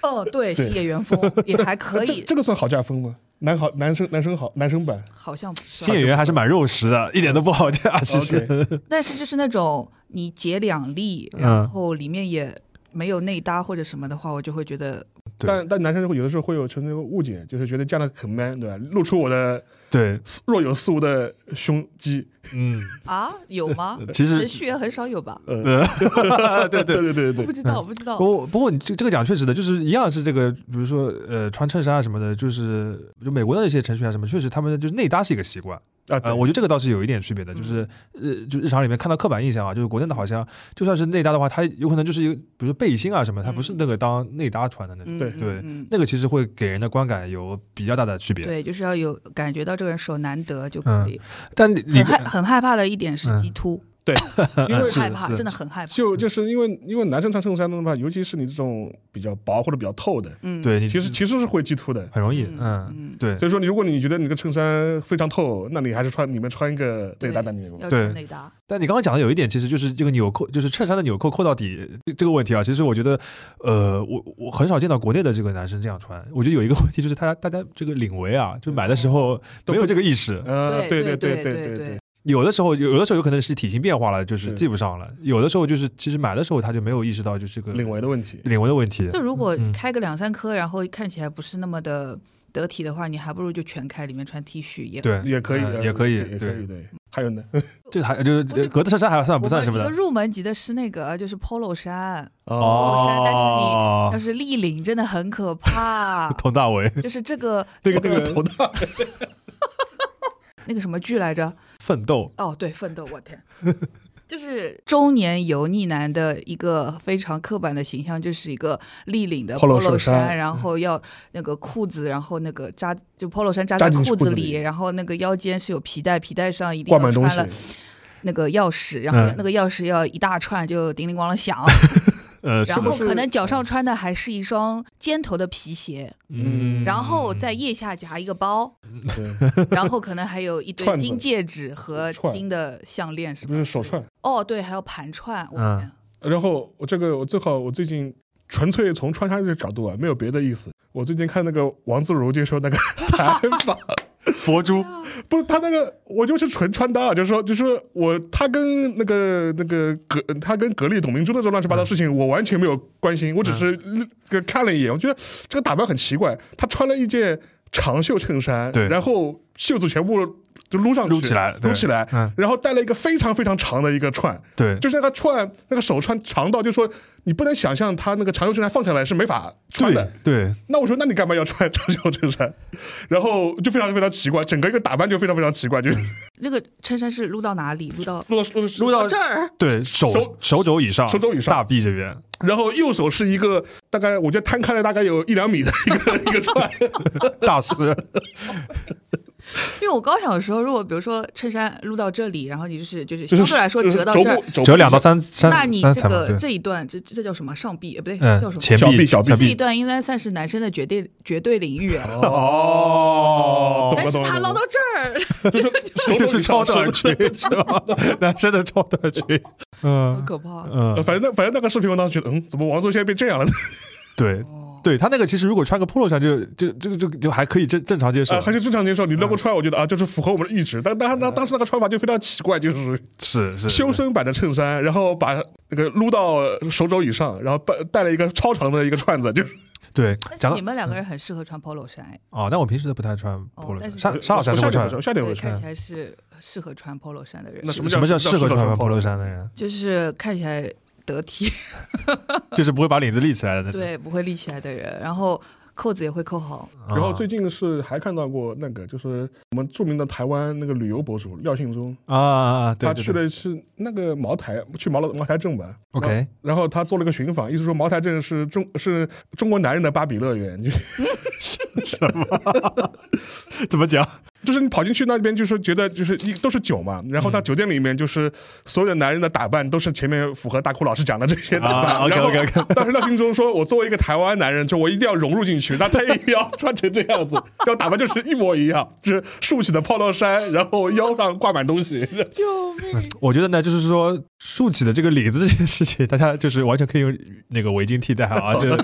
D: 哦，对，
A: 对
D: 是野原风也还可
A: 这
D: 以，
A: 这个算好嫁风吗？男好男生男生好男生版
D: 好像不是
B: 新。野原还是蛮肉食的，一点都不好嫁，其实。
A: ，OK，
D: 但是就是那种你解两粒，
B: 嗯
D: 然后里面也没有内搭或者什么的话，我就会觉得
B: 对
A: 但但男生会有的时候会有存在一个误解，就是觉得这样的很 man，对吧？露出我的
B: 对，
A: 似若有似无的胸肌，
B: 嗯，
D: 啊，有吗？
B: 呃其实
D: 序言很少有吧？
A: 呃，
B: 啊对对
A: 对对对
D: 我
A: 对
D: 不知道，我不知道
B: 不。过不过你这这个讲确实的，就是一样是这个，比如说呃穿衬衫啊什么的，就是就美国的那些程序员啊什么，确实他们的就是内搭是一个习惯。
A: 啊，对
B: 呃，我觉得这个倒是有一点区别的，就是
D: 嗯
B: 呃就日常里面看到刻板印象啊，就是国内的好像就算是内搭的话，它有可能就是一个比如说背心啊什么，它不是那个当内搭穿的那种，
D: 嗯
A: 对
D: 嗯
B: 对
D: 嗯
B: 那个其实会给人的观感有比较大的区别。
D: 对，就是要有感觉到这个人手难得就可以。
B: 但你嗯你
D: 很害很害怕的一点是
B: 嗯
D: 鸡突，
A: 因为
D: 很害怕，
B: 啊是
D: 真的很害怕。
A: 就就是因为因为男生穿衬衫的话，尤其是你这种比较薄或者比较透的，
D: 嗯，
B: 对你
A: 其实其实是会激突的。
B: 很容易，
D: 嗯
B: 嗯，
D: 嗯，
B: 对，
A: 所以说，你如果你觉得你这个衬衫非常透，那你还是穿里面穿一个内搭在里面吧。
D: 要
B: 对
D: 穿内搭。
B: 但你刚刚讲的有一点，其实就是这个纽扣，就是衬衫的纽扣扣到底这这个问题啊。其实我觉得，呃，我我很少见到国内的这个男生这样穿。我觉得有一个问题就是他，大家这个领围啊，就买的时候
A: 都
B: 没
A: 不
B: 有这个意识。
A: 呃，
D: 对
A: 对
D: 对
A: 对
D: 对
A: 对，
B: 有的时候，有有的时候有可能是体型变化了，就是
A: 是
B: 系不上了；有的时候就是其实买的时候他就没有意识到就是这个
A: 领围的问题。
B: 领围的问题。
D: 就如果
B: 嗯
D: 开个两三颗，然后看起来不是那么的得体的话，你还不如就全开，里面穿 T 恤也。
B: 对，
A: 也可以，
B: 嗯
A: 呃
B: 也可以
A: 也可
B: 对
A: 以，对。还有呢，
B: 这个还就是
D: 不是
B: 格子衬衫还算不算
D: 我
B: 什么
D: 们一
B: 的？
D: 个入门级的是那个，就是 polo 衫，
B: 哦，。
D: 衫但是要是立领真的很可怕
B: 佟大为
D: 就是这个
A: 那个那个头大，
D: 那个什么剧来着？
B: 奋斗，
D: 哦，对，奋斗，我天，就是中年油腻男的一个非常刻板的形象，就是一个立领的
A: polo
D: 衫，
A: 手衫
D: 然后要那个裤子，然后那个扎就 polo 衫扎
A: 扎
D: 在
A: 进
D: 裤
A: 裤
D: 子
A: 子
D: 里，
A: 里
D: 然后那个腰间是有皮带，皮带上一定
A: 挂
D: 要
A: 满东
D: 穿
A: 西
D: 了。那个钥匙，然后
B: 嗯
D: 那个钥匙要一大串，就叮铃咣啷响，
B: 呃，是
D: 然后
B: 的，
D: 可能脚上穿的还是一双尖头的皮鞋，
B: 嗯，
D: 然后在腋下夹一个包，
A: 对，
D: 然后可能还有一堆
A: 串子
D: 金戒指和
A: 串
D: 金的项链，
A: 是
D: 是吧
A: 不是手串？
D: 哦，对，还有盘串，我
B: 嗯
D: 天
A: 然后我这个我正好我最近纯粹从穿搭这个角度啊，没有别的意思。我最近看那个王自如接受那个采访，
B: 佛珠，
A: 不是他那个，我就是纯穿搭啊，就是说，就是说我他跟那个那个格，他跟格力、董明珠的这乱七八糟事情，我完全没有关心，我只是呃看了一眼，我觉得这个打扮很奇怪，他穿了一件长袖衬衫，
B: 对
A: 然后袖子全部就撸上去，
B: 撸起来对
A: 撸起来，
B: 嗯，
A: 然后戴了一个非常非常长的一个串，
B: 对，
A: 就是那个串，那个手串长到，就是说你不能想象他那个长袖衬衫放下来是没法穿的。
B: 对，对，
A: 那我说，那你干嘛要穿长袖衬衫？ 然后就非常非常奇怪，整个一个打扮就非常非常奇怪，就
D: 那个衬衫是撸到哪里？撸到
A: 撸到撸到
B: 撸到
D: 这儿，
B: 对手
A: 手
B: 手肘以上，
A: 手肘以上
B: 大臂这 边，
A: 然后右手是一个大概，我觉得摊开了大概有一两米的一 个一个串，
B: 大师，
D: 因为我刚想说，如果比如说衬衫撸到这里，然后你就是就是
A: 就是
D: 相对来说
A: 就是
D: 折到
A: 肘
D: 这儿，
A: 部肘部
B: 折两到三三
D: 那你
B: 三
D: 这
B: 层嘛，
D: 个
B: 对，
D: 这一段这这叫什么？上臂？呃，不对，叫
B: 嗯，
D: 什么？
B: 前
A: 小
B: 臂
A: 臂小臂
B: 小
D: 这一
B: 臂，
D: 段应该算是男生的绝对绝对 领域，
A: 哦，懂
D: 但
A: 了
D: 是
A: 懂了
D: 他
A: 懂
D: 捞到
A: 了，
D: 这儿，
A: 就是手肘
B: 这是
A: 以
B: 超
A: 上
B: 短
A: 手
B: 裙，知道吗？男生的超短裙，
D: 好
B: 嗯
D: 可怕。
A: 呃
B: 嗯，
A: 反正那反正那个视频我当时觉得，嗯，怎么王宗宪变这样了？
B: 对
D: 哦，
B: 对他那个其实如果穿个 polo 衫就就这个就就还可以正正常接受
A: 啊，，还哎是正常接受。你露个穿，我觉得啊，就是符合我们的阈值。但但但当时那个穿法就非常奇怪，就是属于
B: 是是
A: 修
B: 是
A: 身版的衬衫，然后把那个撸到手肘以上，然后带带了一个超长的一个串子， 就是
B: 对，讲
D: 但是
B: 到
D: 你们两
A: 嗯
D: 哦个人很适合穿 polo 衫，哎
B: 哦，但我平时都不太穿 polo，
D: 但是
B: 衫沙沙老师
A: 夏天会，
B: 还是会穿
A: 穿，夏天
D: 对，
A: 会
D: 看
A: 穿。
D: 起来是适合穿 polo 衫的人
A: 那，什么
B: 什么叫
A: 叫
B: 适合穿
A: 穿
B: polo 衫 的人？
D: 就是看起来得体，
B: 就是不会把领子立起来的那种。
D: 对，不会立起来的人，然后扣子也会扣好。
B: 啊，
A: 然后最近是还看到过那个，就是我们著名的台湾那个旅游博主廖信忠，
B: 啊啊啊，对
A: 他
B: 对
A: 去
B: 对
A: 的是那个茅台，去茅了茅台镇吧。
B: OK，
A: 然后他做了个寻访，意思说茅台镇是中是中国男人的芭比乐园，就
B: 怎么讲？
A: 就是你跑进去那边，就是觉得就是一都是酒嘛，然后他酒店里面就是所有的男人的打扮都是前面符合大哭老师讲的这些打扮，
B: 啊，OK
A: 然后
B: OK OK，
A: 当时廖信忠说：“我作为一个台湾男人，就我一定要融入进去，那他也要穿成这样子，要打扮就是一模一样，就是竖起的 polo 衫，然后腰上挂满东 西。
D: 救命！
B: 我觉得呢，就是说竖起的这个 领子这件事情，大家就是完全可以用那个围巾替代啊，就是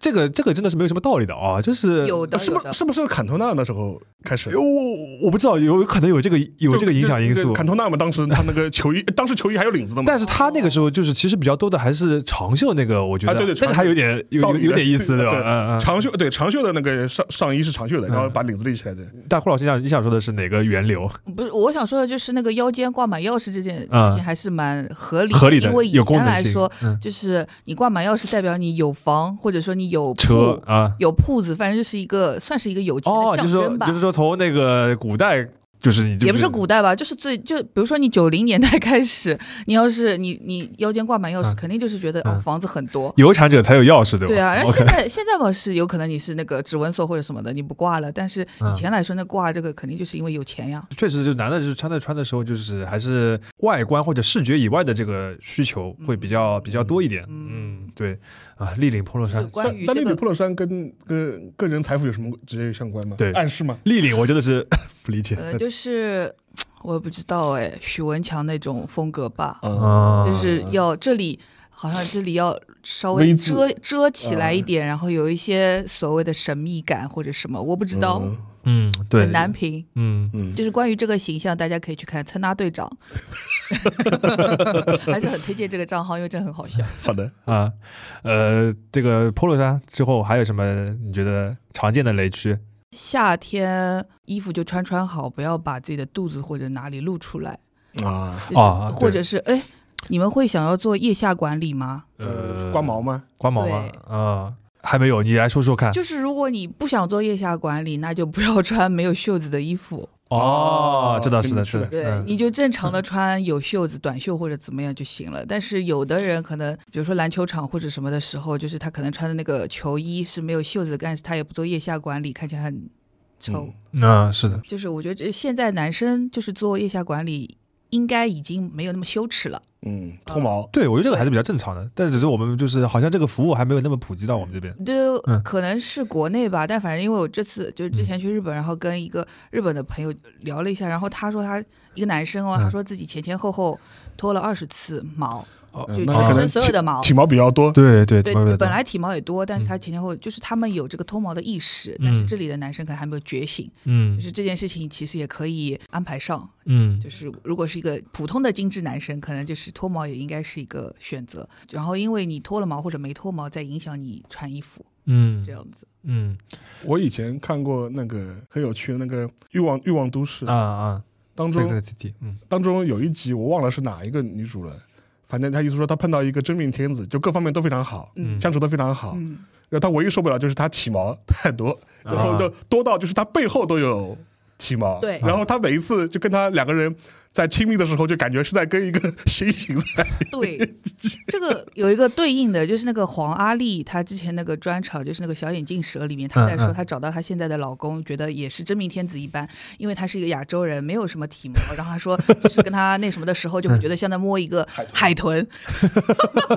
B: 这个这个真的是没有什么道理的啊，就是
D: 有的
A: 呃是
D: 有
A: 不
D: 的
A: 是，是不是坎托纳那时候开始？
B: 哎我我不知道有有可能有这个有这个影响因
A: 就就
B: 素
A: 就，坎托纳嘛，当时他那个球衣，当时球衣还有领子的嘛。
B: 但是他那个时候就是其实比较多的还是长袖那个，我觉得、
A: 啊对对
B: 那个还有点有
A: 道
B: 有
A: 理的
B: 有点意思，对吧？
A: 对
B: 嗯嗯。
A: 长袖对长袖的那个上上衣是长袖的，然后把领子立起来的。
B: 大库老师想你想说的是哪个源流？
D: 不是我想说的就是那个腰间挂满钥匙这件事
B: 嗯
D: 情还是蛮合理
B: 合理的
D: 因为以
B: 有功
D: 前
B: 能
D: 来
B: 性
D: 说，
B: 嗯
D: 就是你挂满钥匙代表你有房，或者说你有
B: 车
D: 铺
B: 啊？
D: 有铺子，反正就是一个算是一个有钱
B: 哦，
D: 的
B: 就是
D: 象
B: 说
D: 征吧。
B: 就是说从那个古代就是你、就是、
D: 也不是古代吧，就是最就比如说你九零年代开始，你要是你你腰间挂满钥匙，
B: 嗯
D: 肯定就是觉得、
B: 嗯
D: 哦房子很多，
B: 有产者才有钥匙，对吧？
D: 对啊，然后
B: OK
D: 现在现在吧是有可能你是那个指纹锁或者什么的，你不挂了，但是
B: 嗯
D: 以前来说那挂这个肯定就是因为有钱呀。
B: 确实，就男的就是穿的穿的时候，就是还是外观或者视觉以外的这个需求
D: 嗯
B: 会比较、比较多一点。嗯，对啊，立领 polo
D: 就是
B: 衫，
D: 关于
A: 但
D: 这
A: 但那
D: 个
A: 领 polo 衫跟跟个人财富有什么直接相关吗？
B: 对
A: 暗示吗？
B: 立领我真的是 不理解。
D: 呃，就是我也不知道哎，许文强那种风格吧，
B: 啊，
D: 呃就是要这里好像这里要稍微
A: 微字
D: 遮遮起来
B: 啊
D: 一点，然后有一些所谓的神秘感或者什么，我不知道，
A: 嗯
B: 嗯，对
D: 很，难评。
B: 嗯，
A: 嗯，
D: 就是关于这个形象，大家可以去看《岑大队长》 ，还是很推荐这个账号，因为真的很好笑。
A: 好的。
B: 啊，呃，这个 polo 衫之后还有什么你觉得常见的雷区？
D: 夏天衣服就穿穿好，不要把自己的肚子或者哪里露出来
A: 啊，
D: 就是
B: 啊对
D: 或者是哎，你们会想要做腋下管理吗？
B: 呃，
A: 刮毛吗？
B: 刮毛吗？啊，还没有，你来说说看。
D: 就是如果你不想做腋下管理，那就不要穿没有袖子的衣服，
B: 哦，知道，是的，
A: 嗯
B: 是的，
D: 对，
B: 嗯
D: 你就正常的穿有袖子、短袖或者怎么样就行了。但是有的人可能，比如说篮球场或者什么的时候，就是他可能穿的那个球衣是没有袖子的，但是他也不做腋下管理，看起来很丑。
A: 嗯
B: 嗯，是的，
D: 就是我觉得这现在男生就是做腋下管理，应该已经没有那么羞耻了。
A: 嗯，
D: 啊
A: 脱毛。
B: 对我觉得这个还是比较正常的，但只是我们就是好像这个服务还没有那么普及到我们这边。
D: 就
B: 嗯
D: 可能是国内吧，但反正因为我这次就是之前去日本，然后跟一个日本的朋友聊了一下，然后他说他一个男生哦，
B: 嗯
D: 他说自己前前后后脱了二十次毛，
B: 哦
D: 就
A: 嗯
D: 全
A: 那可
D: 身
A: 能
D: 所有
A: 体
D: 的毛。
A: 体毛比较多。
B: 对对，
D: 对
B: 怎么会，
D: 本来体毛也多，但
B: 嗯
D: 是他前前后后就是他们有这个脱毛的意识，但是
B: 嗯
D: 这里的男生可能还没有觉醒，
B: 嗯
D: 就是这件事情其实也可以安排上。
B: 嗯
D: 就是如果是一个普通的精致男生，可能就是脱毛也应该是一个选择。然后因为你脱了毛或者没脱毛，再影响你穿衣服
B: 嗯
D: 这样子。
B: 嗯
A: 我以前看过那个很有趣的那个《欲望欲望都市》
B: 啊啊，
A: 当
B: 对
A: 中
B: 对对对，嗯
A: 当中有一集我忘了是哪一个女主了，反正她意思说她碰到一个真命天子，就各方面都非常好，
B: 嗯，
A: 相处都非常好。
D: 嗯，
A: 然后她唯一受不了就是她体毛太多，
B: 啊
A: 然后就多到就是她背后都有体毛。
D: 对
A: 然后她每一次就跟她两个人在亲密的时候，就感觉是在跟一个 猩猩在。
D: 对，这个有一个对应的就是那个黄阿丽，她之前那个专场就是那个小眼镜蛇里面，她在
B: 嗯
D: 说
B: 嗯
D: 她找到她现在的老公，觉得也是真命天子一般，因为她是一个亚洲人，没有什么体毛，然后她说就是跟她那什么的时候，就
B: 嗯
D: 会觉得像在摸一个海豚，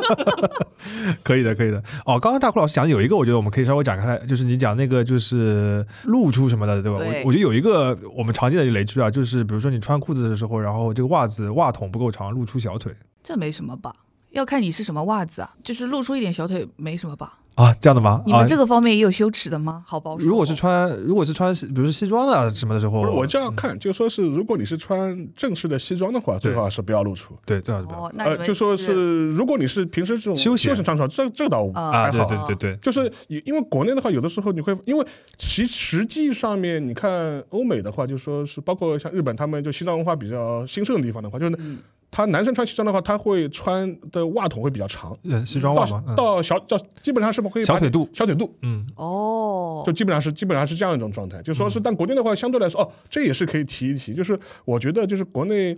B: 可以的，可以的。哦，刚刚大库老师讲有一个，我觉得我们可以稍微展开来，就是你讲那个就是露出什么的，对吧？
D: 对
B: 我我觉得有一个我们常见的雷区啊，就是比如说你穿裤子的时候，然后这个袜子袜筒不够长，露出小腿
D: 这没什么吧？要看你是什么袜子啊，就是露出一点小腿没什么吧？
B: 啊，这样的吗？
D: 你们这
B: 啊
D: 个方面也有羞耻的吗？好保守哦。
B: 如果是穿，如果是穿，比如说西装啊什么的时候，
A: 不是，我就要看，就说是如果你是穿正式的西装的话，最好是不要露出。
B: 对，最好是不要
D: 哦，那你
A: 呃，
D: 们
A: 就说
D: 是
A: 是如果你是平时这种
B: 休闲
A: 闲场所，这这倒无
D: 啊
B: 啊，
A: 还
B: 对
A: 好。
B: 对对对，
A: 就是因因为国内的话，有的时候你会因为其实际上面，你看欧美的话，就说是包括像日本，他们就西藏文化比较兴盛的地方的话，就是
D: 嗯
A: 他男生穿西装的话，他会穿的袜筒会比较长，
B: 呃，西装袜嘛，
A: 到
B: 嗯
A: 到小到基本上是不会
B: 小腿肚，
A: 小腿肚。
B: 嗯，
D: 哦，
A: 就基本上是基本上是这样一种状态，就说是，但国内的话相对来说，哦，这也是可以提一提，就是我觉得就是国内。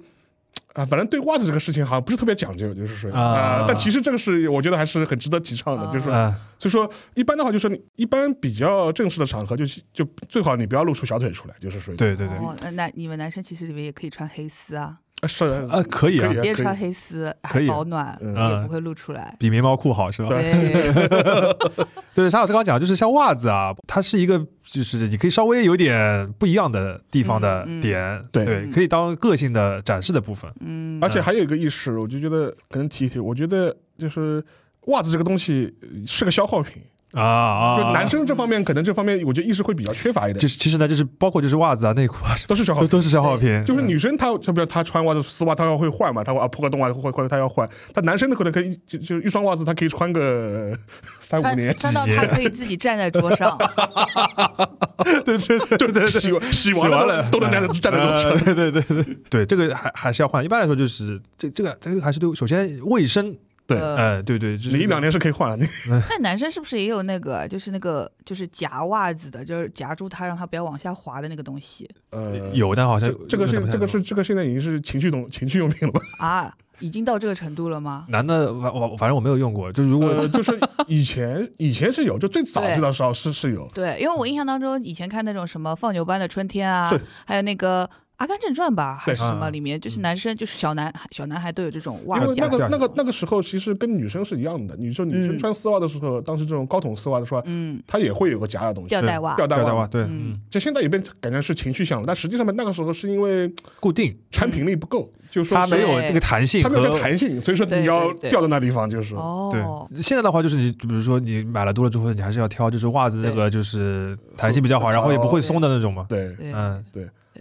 A: 啊，反正对袜子这个事情好像不是特别讲究，就是说
B: 啊
A: 啊、但其实这个是我觉得还是很值得提倡的，就是说
B: 啊，
A: 所以说，一般的话就是你一般比较正式的场合就，就最好你不要露出小腿出来，就是属于
B: 对对对，
D: 哦，那那你们男生其实里面也可以穿黑丝啊，
A: 呃是
B: 啊，可以啊
A: 可以
D: 直
A: 啊
D: 接穿黑丝，
B: 可
D: 还
B: 以
D: 保暖，
B: 嗯
D: 也不会露 出来。
B: 比棉毛裤好是吧？
D: 对，
B: 对，沙老师刚刚讲，就是像袜子啊，它是一个，就是你可以稍微有点不一样的地方的
D: 嗯嗯
B: 点，
A: 对
B: 对，
D: 嗯
B: 可以当个性的展示的部分。
D: 嗯，
A: 而且还有一个意识，我就觉得可能提一提，我觉得就是袜子这个东西呃是个消耗品，
B: 啊啊，
A: 就
B: 啊
A: 男生这方面可能这方面我觉得意识会比较缺乏一
B: 就
A: 点，
B: 是其实呢，就是包括就是袜子啊、内裤啊，
A: 都是消耗
B: 都。都是消耗品，
A: 哦就是女生她，就比如她穿袜子丝袜，她要会换嘛，她会啊破个洞啊，或或者她要换。但男生的可能可以就就一双袜子，他可以穿个呃三五年
D: 穿，穿到他可以自己站在桌上，
A: 就洗洗
B: 洗
A: 完
B: 完
A: 了
B: 了
A: 都能站在站在桌上。
B: 呃对对对对对，这个还还是要换。一般来说就是这这个这个还是对，首先卫生，
A: 对
D: 呃，
B: 呃，对对，就是
A: 你一两年是可以换的，
D: 那男生是不是也有那个，就是那个，就是夹袜子的，就是夹住他，让他不要往下滑的那个东西
A: 呃，
B: 有，但好像
A: 这这个
B: 有
A: 是
B: 点不太
A: 这个
B: 懂
A: 是这个现在已经是情趣用情趣用 品了吧？
D: 啊？已经到这个程度了吗？
B: 男的，我我反正我没有用过，就如果
A: 呃，就是以前以前是有，就最早
D: 对
A: 知道时候是是有，
D: 对，因为我印象当中，以前看那种什么《放牛班的春天》啊
A: 是，
D: 还有那个《阿甘正传》吧，还
A: 对
D: 是什么，
B: 嗯
D: 里面就是男生，就是小男小男孩都有这种袜
A: 因为
D: 子
A: 那
D: 夹。
A: 个那个那个时候其实跟女生是一样的，你说女生
D: 嗯
A: 穿丝袜的时候，当时这种高筒丝袜的时候，
D: 嗯，
A: 它也会有个夹的东西，
D: 吊带袜。
A: 吊带
B: 吊带袜，
A: 袜。
B: 对，
D: 嗯
B: 嗯，
A: 就现在也变成感觉是情趣向了，但实际上面那个时候是因为
B: 固定，
A: 产品力不够，就是说
B: 它
A: 是
B: 没有
D: 嗯对
B: 那个弹性
A: 它没有这
B: 和
A: 个弹性，所以说
D: 对
A: 你要
D: 对对
A: 吊到那地方就是。
B: 对
D: 哦，，
B: 现在的话就是你，比如说你买了多了之后，你还是要挑，就是袜子那个就是弹性比较好，
A: 对
B: 然后也不会松的那种嘛。
A: 对，
D: 对，
B: 嗯，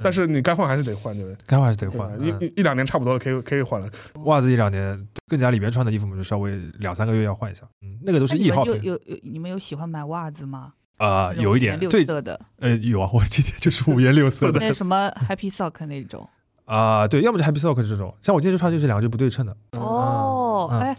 A: 但是你该换还是得换，对不对？
B: 该换还是得
A: 对吧
B: 换。
A: 一
B: 嗯
A: 一一两年差不多了，可以可以换了。
B: 袜子一两年，更加里边穿的衣服嘛，就稍微两三个月要换一下。嗯，那个都
D: 那
B: 是
D: 你
B: 易
D: 们
B: 耗
D: 有
B: 品
D: 有有你们有喜欢买袜子吗？
B: 啊，
D: 那种
B: 有一
D: 五颜
B: 点
D: 六
B: 最
D: 色的，
B: 呃有啊，我今天就是五颜六 色的
D: 那什么 Happy Sock 那种。
B: 啊，对，要么就 Happy Sock 这种，像我今天就穿就是两个就不对称的
D: 哦，
B: 嗯
D: 哎，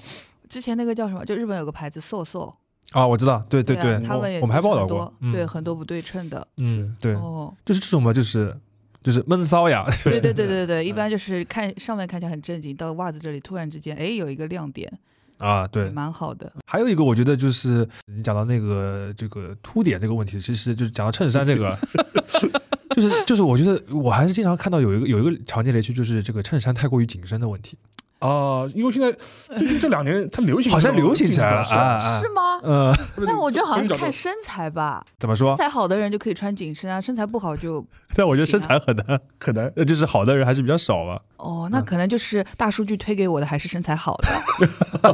D: 之前那个叫什么？就日本有个牌子 So So，
B: 啊，我知道，对对
D: 啊
B: 对，
D: 他们也
B: 我们还报道
D: 很
B: 过
D: 多，，
B: 嗯
D: 对，很多不对称的。
B: 嗯，对，
D: 哦，
B: 就是这种嘛，就是就是闷骚呀，
D: 对对对对对，
B: 嗯
D: 一般就是看上面看起来很正经，到袜子这里突然之间，哎，有一个亮点，
B: 啊，对，
D: 蛮好的。
B: 还有一个，我觉得就是你讲到那个这个凸点这个问题，其实就是讲到衬衫这个， 就是就是我觉得我还是经常看到有一个有一个常见雷区，就是这个衬衫太过于紧身的问 题，
A: 啊，因为现在最近这两年它流行，
B: 好像流行起来了
A: 这种东西
B: 啊啊
D: 是，吗？
B: 呃，
A: 不是
D: 但我觉得好像
A: 从你
D: 是
A: 角
D: 看
A: 度
D: 身材吧，
B: 怎么说
D: 身？材好的人就可以穿紧身啊，身材不好就
B: 但我觉得身材很难，
A: 可能
B: 呃就是好的人还是比较少吧。
D: 哦，那可能就是大数据推给我的还是身材好 的，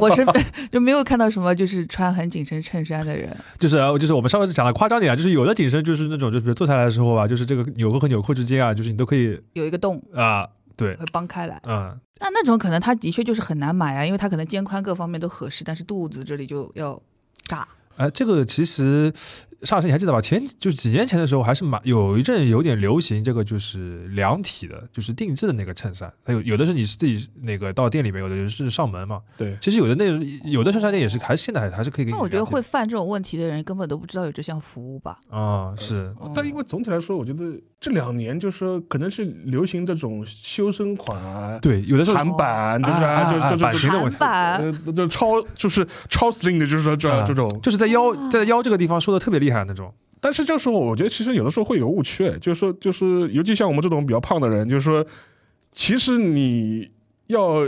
D: 我是 就没有看到什么就是穿很紧身衬衫的人。
B: 就是呃就是我们稍微讲的夸张点啊，就是有的紧身就是那种，就比如坐下来的时候啊，就是这个纽扣和纽扣之间啊，就是你都可以
D: 有一个洞
B: 啊，对，
D: 会帮开来。
B: 嗯，
D: 那那种可能他的确就是很难买啊，因为他可能肩宽各方面都合适，但是肚子这里就要炸。
B: 哎，这个其实上身你还记得吧？前就是几年前的时候，还是蛮有一阵有点流行这个就是量体的，就是定制的那个衬衫。它有有的是你自己那个到店里面，有的是上门嘛。
A: 对
B: 其实有的那有的衬衫店也是还现在还还是可以给你
D: 那
B: 量体的。
D: 我觉得会犯这种问题的人根本都不知道有这项服务吧？
B: 啊、是
D: 嗯
A: 但因为总体来说，我觉得这两年就是说可能是流行这种修身款啊、
B: 对，有的时候
A: 韩版，就是
B: 啊啊啊
A: 就就
B: 版
A: 就
B: 型
A: 就
B: 的问
D: 韩
B: 题
D: 版
A: 呃就超就是超 slim 的，就是说这
B: 啊
A: 这种。
B: 就是在腰在腰这个地方说的特别厉害那种。
A: 但是这时候我觉得其实有的时候会有误区，哎就是说就是尤其像我们这种比较胖的人，就是说其实你要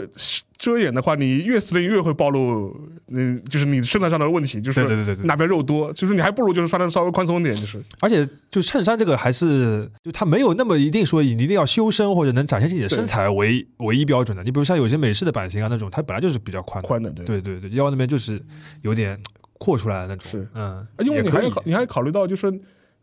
A: 遮掩的话，你越 slim 越会暴露，嗯，就是你身材上的问题，就
B: 对
A: 是
B: 对对对对。
A: 哪边肉多，就是你还不如就是穿的稍微宽松点，就是。
B: 而且就衬衫这个还是就它没有那么一定说你一定要修身或者能展现自己的身
A: 对
B: 材为唯一标准的。你比如像有些美式的版型啊那种，它本来就是比较宽的。
A: 宽的，对。
B: 对对对，腰那边就是有点扩出来的那种。
A: 是哎
B: 嗯，
A: 因为
B: 也
A: 你
B: 可
A: 还要
B: 以
A: 考，你还要考虑到，就是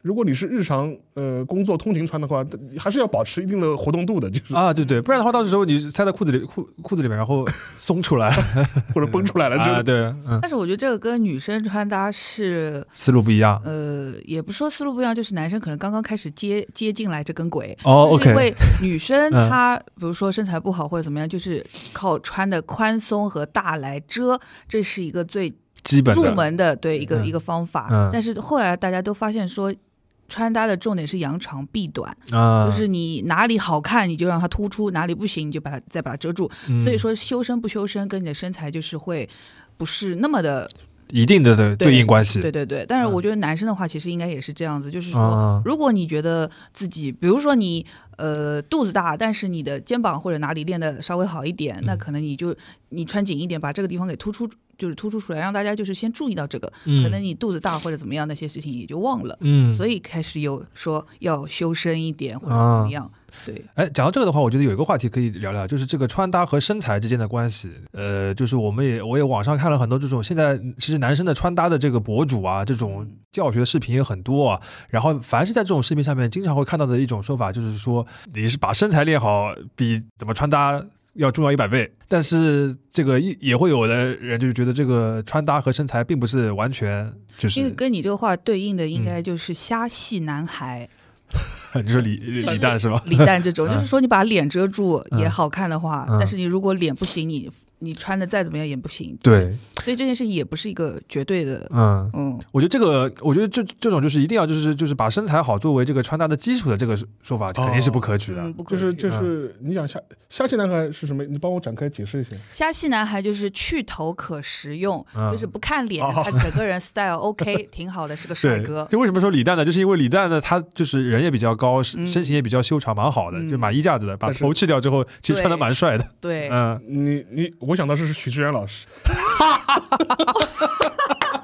A: 如果你是日常呃工作通勤穿的话，还是要保持一定的活动度的，就是、
B: 啊，对对，不然的话，到时候你塞在裤子里裤裤子里面，然后松 出来
A: 或者崩出来了，就
B: 啊，
A: 是
B: 对，嗯，
D: 但是我觉得这个跟女生穿搭是，
B: 思路不一样。
D: 呃，也不说思路不一样，就是男生可能刚刚开始接接进来这根轨。
B: 哦
D: 就是因
B: ，OK，
D: 为女生
B: 嗯
D: 她比如说身材不好或者怎么样，就是靠穿的宽松和大来遮，这是一个最
B: 基本
D: 入
B: 的
D: 门的对一个
B: 嗯
D: 一个方法
B: 嗯。
D: 但是后来大家都发现说，穿搭的重点是扬长避短，
B: 啊，
D: 就是你哪里好看你就让它突出，哪里不行你就把它再把它遮住。
B: 嗯
D: 所以说修身不修身跟你的身材就是会不是那么的
B: 一定的对
D: 对
B: 对应关系
D: 对对对。但是
B: 嗯
D: 我觉得男生的话其实应该也是这样子，就是说。
B: 啊，
D: 如果你觉得自己，比如说你呃肚子大，但是你的肩膀或者哪里练的稍微好一点，那
B: 嗯
D: 可能你就你穿紧一点，把这个地方给突出就是突出出来，让大家就是先注意到这个，
B: 嗯
D: 可能你肚子大或者怎么样那些事情也就忘了，
B: 嗯，啊
D: 所
B: 以
D: 以开始有说要修身一点或者怎么样，对，
B: 哎，讲到这个的话，我觉得有一个话题可以聊聊，就是这个穿搭和身材之间的关系。呃，就是我们也我也网上看了很多这种现在其实男生的穿搭的这个博主啊，这种教学视频也很多啊。然后凡是在这种视频下面，经常会看到的一种说法就是说，你是把身材练好比怎么穿搭。要重要一百倍，但是这个也也会有的人就觉得这个穿搭和身材并不是完全就
D: 因为
B: 是，嗯
D: 跟你这个话对应的应该就是虾系男孩、
B: 你说李李诞是吧？
D: 李诞这 种，
B: 嗯
D: 就是说你把脸遮住
B: 嗯
D: 也好看的话，
B: 嗯
D: 但是你如果脸不行，你你穿的再怎么样也不行，，
B: 对，
D: 所以这件事情也不是一个绝对的，
B: 嗯，
D: 嗯，
B: 我觉得这个，我觉得这这种就是一定要就是就是把身材好作为这个穿搭的基础的这个说法肯定是不可取的。
D: 嗯，不可
A: 就
D: 取
A: 是
B: 啊
A: 就是你讲虾虾蟹男孩是什么？你帮我展开解释一下。
D: 虾系男孩就是去头可食用，
B: 嗯
D: 就是不看脸，
A: 哦
D: 他整个人 style OK，挺好的，是个帅
B: 对
D: 哥，。
B: 就为什么说李诞呢？就是因为李诞呢，他就是人也比较高，身
D: 嗯
B: 身形也比较修长，蛮好的，
D: 嗯
B: 就蛮衣架子的。把
A: 但是
B: 头去掉之后，其实穿的蛮帅的。
D: 对，
B: 嗯，
A: 你你，我想到是许志远老师，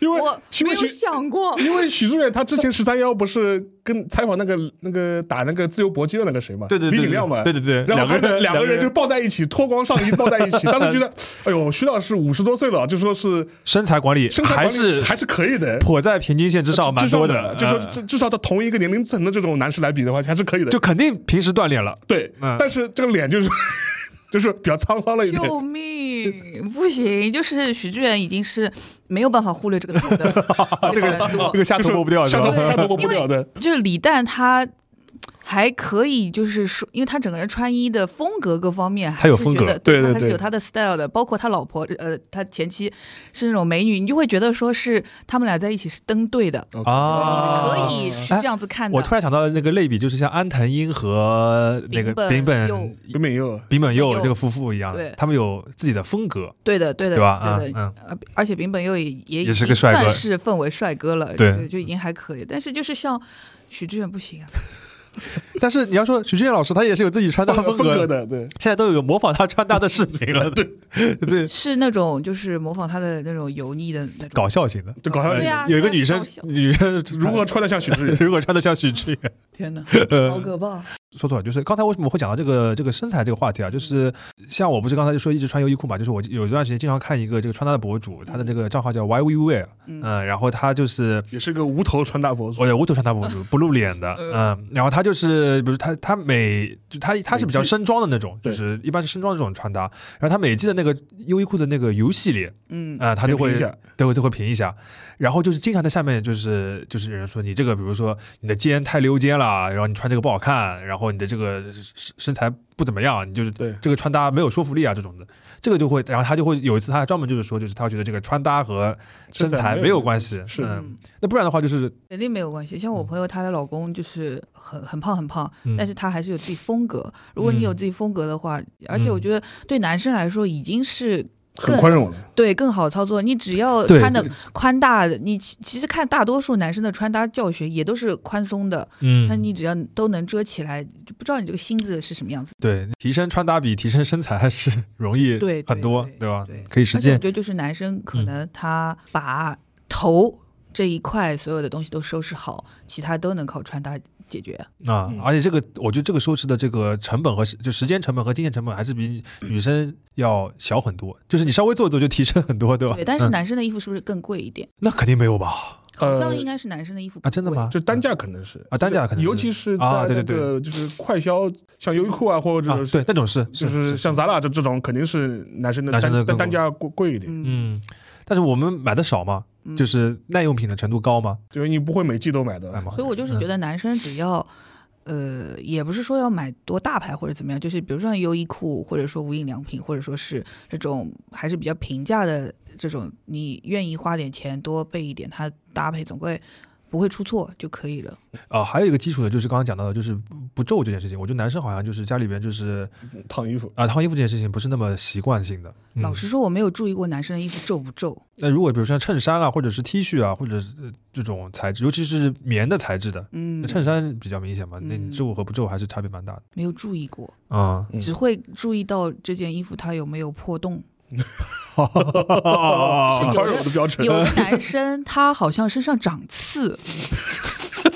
A: 因为
D: 我
A: 因
D: 没
A: 为
D: 有
A: 许。
D: 想过
A: 因为许志远他之前十三幺不是跟采访那个那个打那个自由搏击的那个谁嘛，
B: 对对对，
A: 李景亮嘛，
B: 对对对，
A: 然后他
B: 个
A: 们
B: 人
A: 两
B: 个
A: 个人就抱在一起，脱光上衣抱在一 起。当时觉得，哎呦，徐老师五十多岁了，就说是
B: 身材管理
A: 身材管
B: 还
A: 理
B: 是
A: 还是可以的，
B: 颇在平均线之上蛮多的，
A: 至少就
B: 嗯
A: 说至至少到同一个年龄层的这种男士来比的话，还是可以的。
B: 就肯定平时锻炼了。
A: 对
B: 嗯，
A: 但是这个脸就是 就是比较沧桑了一点。
D: 救命！不行，就是许志远已经是没有办法忽略这个头 的这个程度
B: 这个下
A: 就
B: 头
A: 是
B: 抹不掉是
A: 下
B: 吧
A: 头？
D: 对
A: 下头抹不掉的，
D: 就是李诞他还可以，就是说，因为他整个人穿衣的风格各方面还
B: 他有
D: 是
B: 风格
D: 觉得
A: 对对
D: 他还是
A: 对
D: 有他的 style 的。包括他老婆，呃，他前妻是那种美女，你就会觉得说是他们俩在一起是登对的，
A: 哦
B: 啊，哎
D: 你是可以去这样子看的。
B: 我突然想到那个类比，就是像安藤樱和那个
D: 丙
B: 丙
D: 本
B: 本
D: 佑
A: 刘敏佑
B: 丙本
D: 丙本
B: 佑
D: 佑
B: 这个夫妇一样的
D: 对，
B: 他们有自己的风格，
D: 对的，对的，
B: 对吧？
D: 对
B: 嗯
D: 的。
B: 嗯，
D: 呃而且丙本佑也也
B: 也是
D: 已
B: 个
D: 经
B: 帅哥
D: 算是氛围帅哥了，
B: 对
D: 就就已经还可以。但是就是像许志远不行啊，
B: 但是你要说许志远老师，他也是有自己穿搭
A: 风
B: 格
A: 格
B: 的，
A: 的，对，
B: 现在都有模仿他穿搭的视频了， 对对，
D: 是那种就是模仿他的那种油腻的那种
B: 搞笑型的。呃
A: 就搞笑
D: 对。啊
B: 有一个女生
D: 搞笑，
B: 女生
A: 如何穿得像许志远？
B: 如果穿的像许志远，
D: 天 哪，
B: 呃
D: 好可怕！
B: 说错了，就是刚才为什么会讲到这个这个身材这个话题啊？就是像我不是刚才就说一直穿优衣库嘛，就是我有一段时间经常看一个这个穿搭的博主，他的这个账号叫 Why We Wear，
D: 嗯
B: 嗯，然后他就是
A: 也是个无头穿搭博主
B: 我，有无头穿搭博主，不露脸的，
D: 呃
B: 嗯，然后他就是，比如他他每就他他是比较
A: 每季
B: 身装的那种，就
A: 对
B: 是一般是身装这种穿搭，然后他每季的那个优衣库的那个 U 系列
D: 嗯，
B: 啊、他就会
A: 点评一下
B: 对会就会评一下，然后就是经常在下面就是就是有人说你这个比如说你的肩太溜肩了，然后你穿这个不好看，然后你的这个身身材不怎么样，你就是
A: 对
B: 这个穿搭没有说服力啊这种的，这个就会，然后他就会有一次他还专门就是说，就是他觉得这个穿搭和
A: 身
B: 身
A: 材
B: 材
A: 没有
B: 没有关
A: 关
B: 系，
A: 是
B: 嗯，
D: 嗯
B: 那不然的话就是
D: 肯定没有关系。像我朋友，她的老公就是很很胖很胖，
B: 嗯
D: 但是她还是有自己风格。如果你有自己风格的话，而且我
B: 嗯
D: 觉得对男生来说已经是
A: 很宽容
B: 啊
A: 了。
D: 对更好操作。你只要
B: 对
D: 穿的宽大，你其其实看大多数男生的穿搭教学也都是宽松的，
B: 嗯
D: 那你只要都能遮起来，就不知道你这个心字是什么样子。
B: 对，提升穿搭比提升身材还是 容易
D: 对对
B: 很多，
D: 对
B: 吧
D: 对？
B: 可以实
D: 而且我
B: 践。
D: 觉得就是男生可
B: 嗯
D: 能他把头。这一块所有的东西都收拾好，其他都能靠穿搭解决。
B: 啊、
A: 嗯
B: 而且这个，我觉得这个收拾的这个成本和时就时间成本和金钱成本还是比女生要小很多，就是你稍微做一做就提升很多，对吧？
D: 对，但是
B: 嗯、
D: 男生的衣服是不是更贵一点？
B: 那肯定没有吧？
D: 好像
A: 呃
D: 应该是男生的衣服
B: 啊，
D: 更
B: 真的
D: 贵？
B: 吗？
A: 就单价可能是
B: 啊单价可能是
A: 尤其是在
B: 啊对对
A: 那个就是快销，像优衣库啊，或
B: 啊
A: 者，是
B: 对，那种是
A: 就是像咱俩这这种，肯定是男生的
B: 男生的
A: 单
B: 更
A: 单单价贵贵一点，
D: 嗯，
B: 嗯，但是我们买的少嘛，
D: 嗯
B: 就是耐用品的程度高嘛，
A: 就是你不会每季都买的
B: 哎。妈
D: 所以我就是觉得男生只要，呃，也不是说要买多大牌或者怎么样，就是比如说像优衣库，或者说无印良品，或者说是这种还是比较平价的这种，你愿意花点钱多备一点，它搭配总归不会出错就可以了。
B: 啊，还有一个基础的就是刚刚讲到的，就是不不皱这件事情，我觉得男生好像就是家里边就是
A: 烫衣 服，
B: 啊烫衣服这件事情不是那么习惯性的。嗯
D: 老实说，我没有注意过男生的衣服皱不皱，
B: 那如果比如说像衬衫啊，或者是 T 恤啊，或者是呃这种材质，尤其是棉的材质的，
D: 嗯
B: 那，衬衫比较明显嘛，那
D: 嗯
B: 你皱和不皱还是差别蛮大的。
D: 没有注意过，
B: 啊、
A: 嗯
D: 只会注意到这件衣服它有没有破洞。是
A: 宽
D: 有
A: 容
D: 的
A: 的标准
D: 有的男生他好像身上长刺，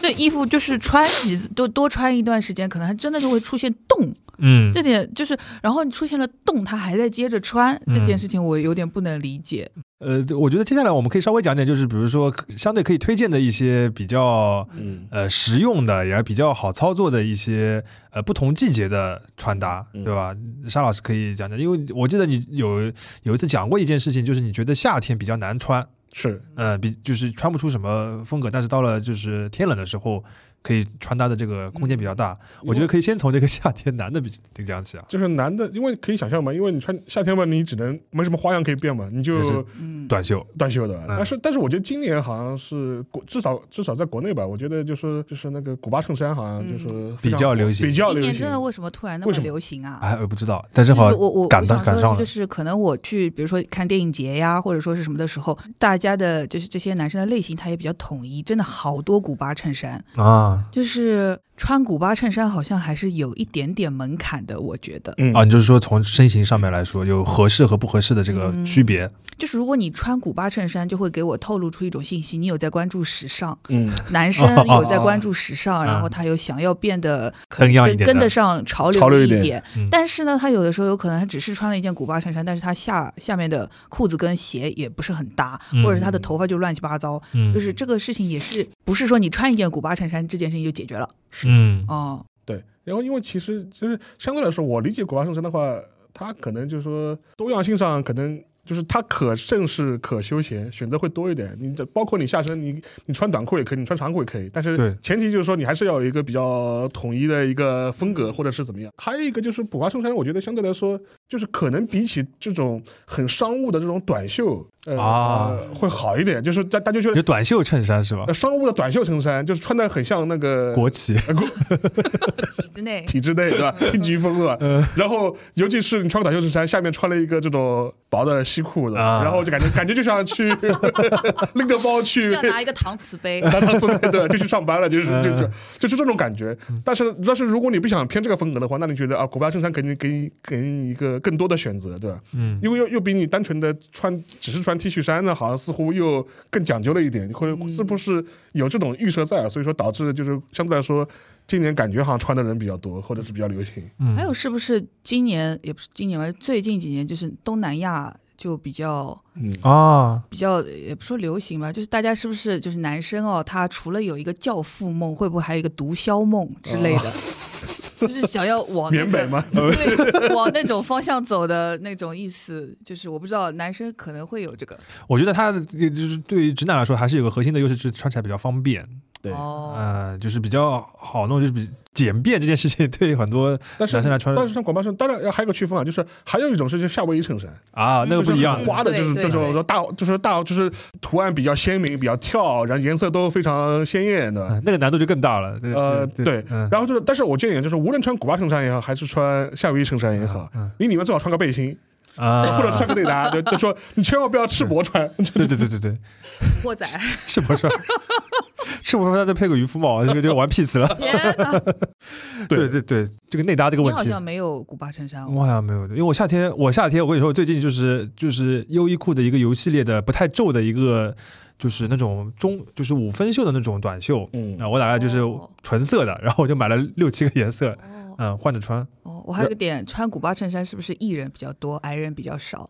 D: 这衣服就是穿几多多穿一段时间，可能还真的就会出现洞。
B: 嗯
D: 这点就是，然后你出现了洞，他还在接着穿，这
B: 嗯
D: 件事情我有点不能理解。
B: 呃，我觉得接下来我们可以稍微讲点，就是比如说相对可以推荐的一些比较
A: 嗯
B: 呃实用的，也比较好操作的一些呃不同季节的穿搭，
A: 嗯
B: 对吧？沙老师可以讲讲，因为我记得你有有一次讲过一件事情，就是你觉得夏天比较难穿，
A: 是
B: 呃，比就是穿不出什么风格，但是到了就是天冷的时候，可以穿搭的这个空间比较大。
A: 嗯
B: 我觉得可以先从这个夏天男的比这个讲起啊，
A: 就是男的，因为可以想象嘛，因为你穿夏天嘛，你只能没什么花样可以变嘛，你
B: 就是
A: 就
D: 嗯，
B: 短袖，
A: 短袖的。
B: 嗯
A: 但是但是我觉得今年好像是国至少至少在国内吧，我觉得就是就是那个古巴衬衫好像就是非
B: 比
A: 常
B: 较流行
A: 比较
D: 嗯今
A: 流
D: 年真的
A: 行。
D: 为什么突然那
A: 为
D: 么
A: 什么
D: 流行啊？
B: 哎，我不知道，但正
D: 就是
B: 好
D: 我我
B: 赶
D: 我
B: 到
D: 想
B: 赶
D: 说
B: 上
D: 的
B: 了
D: 就，是可能我去，比如说看电影节呀，或者说是什么的时候，大家的就是这些男生的类型，他也比较统一，真的好多古巴衬衫，
B: 啊
D: 就是穿古巴衬衫好像还是有一点点门槛的，我觉得。
A: 嗯
B: 啊，你就是说从身形上面来说有合适和不合适的这个
D: 嗯
B: 区别，
D: 就是如果你穿古巴衬衫，就会给我透露出一种信息，你有在关注时尚，
A: 嗯，
D: 男生 有在关注时尚，
B: 嗯
D: 然后他有想要变得
B: 跟样一
D: 跟
B: 点
D: 跟
B: 的
D: 得上潮
A: 潮流
D: 流
A: 一
D: 一
A: 点
D: 点
B: 嗯。
D: 但是呢，他有的时候有可能他只是穿了一件古巴衬衫，但是他下下面的裤子跟鞋也不是很搭，
B: 嗯
D: 或者是他的头发就乱七八糟。
B: 嗯
D: 就是这个事情也是不是说你穿一件古巴衬衫这件事情就解决了
B: 嗯
D: 哦。
A: 对。然后因为其实就是相对来说，我理解古巴衬衫的话，它可能就是说多样性上可能。就是它可正式可休闲，选择会多一点。你的包括你下身，你你穿短裤也可以，你穿长裤也可以，但是
B: 对
A: 前提就是说你还是要有一个比较统一的一个风格，或者是怎么样。还有一个就是普华衬衫，我觉得相对来说，就是可能比起这种很商务的这种短袖，呃，
B: 啊
A: 呃会好一点。就是大大家觉
B: 有
A: 得
B: 短袖衬 衫是吧
A: 呃？商务的短袖衬衫，就是穿的很像那个呃
B: 国旗，
D: 体制内
A: 体制内，对吧？一级风格。然后，尤其是你穿个短袖衬衫，下面穿了一个这种薄的西裤的，
B: 啊
A: 然后就感觉感觉就像去 拎着包去
D: 要拿一个搪瓷杯，
A: 拿他送对对，就去上班了，就是
B: 嗯
A: 就就就是这种感觉。但是但是如果你不想偏这个风格的话，那你觉得啊，古巴衬衫给你给你给你一个更多的选择，对吧？
B: 嗯
A: 因为又又比你单纯的穿只是穿 T 恤衫呢，啊好像似乎又更讲究了一点，会
B: 嗯
A: 是不是有这种预设在啊？所以说导致就是相对来说，今年感觉好像穿的人比较多，或者是比较流行。
B: 嗯
D: 还有是不是今年也不是今年吧？最近几年就是东南亚就比较
A: 嗯
B: 啊，
D: 比较，也不说流行吧，就是大家是不是就是男生哦，他除了有一个教父梦，会不会还有一个毒枭梦之类的？ 就是想要
B: 嗯
D: 往那
A: 缅北
D: 个
A: 吗？
B: 哦
D: 对往那种方向走的那种意思，就是我不知道男生可能会有这个
B: 我觉得它也就是对于直男来说，还是有个核心的优势，就是穿起来比较方便，
A: 对啊
D: 哦，
B: 呃，就是比较好弄，就是比简便这件事情， 对于很多
A: 但是
B: 男生来穿
A: 但是像广巴衬，当然还有个区分啊，就是还有一种是就夏威夷衬衫，
B: 啊，那个不一样
A: 就是很花的，
D: 对
A: 就是
D: 对
A: 这种
D: 对
A: 大，就是大，就是图案比较鲜明，比较跳，然后颜色都非常鲜艳的。
B: 嗯那个难度就更大了。
A: 呃，对
B: 对，，嗯
A: 然后就是，但是我建议啊就是，无论穿古巴衬衫也好，还是穿夏威夷衬衫也好
B: 嗯嗯，
A: 你里面最好穿个背心，
B: 啊，
A: 或者穿个内搭，就就说你千万不要赤膊穿，
B: 对对对对对，
D: 过仔，
B: 是不是？ 是不是他再配个渔夫帽，这个就玩 piece 了？
D: 天哪，
B: 对对对，这个内搭这个
D: 你
B: 问
D: 好
B: 题
D: 像。没有古巴衬衫哦，
B: 我好像没有，因为我夏天，我夏天，我跟你说，最近就是就是优衣库的一个游系列的不太皱的一个，就是那种中就是五分袖的那种短袖，
A: 嗯
B: 啊，我大概就是
D: 哦
B: 纯色的，然后我就买了六七个颜色，
D: 哦
B: 嗯，换着穿。
D: 哦，我还有个点，穿古巴衬衫是不是艺人比较多，矮人比较少？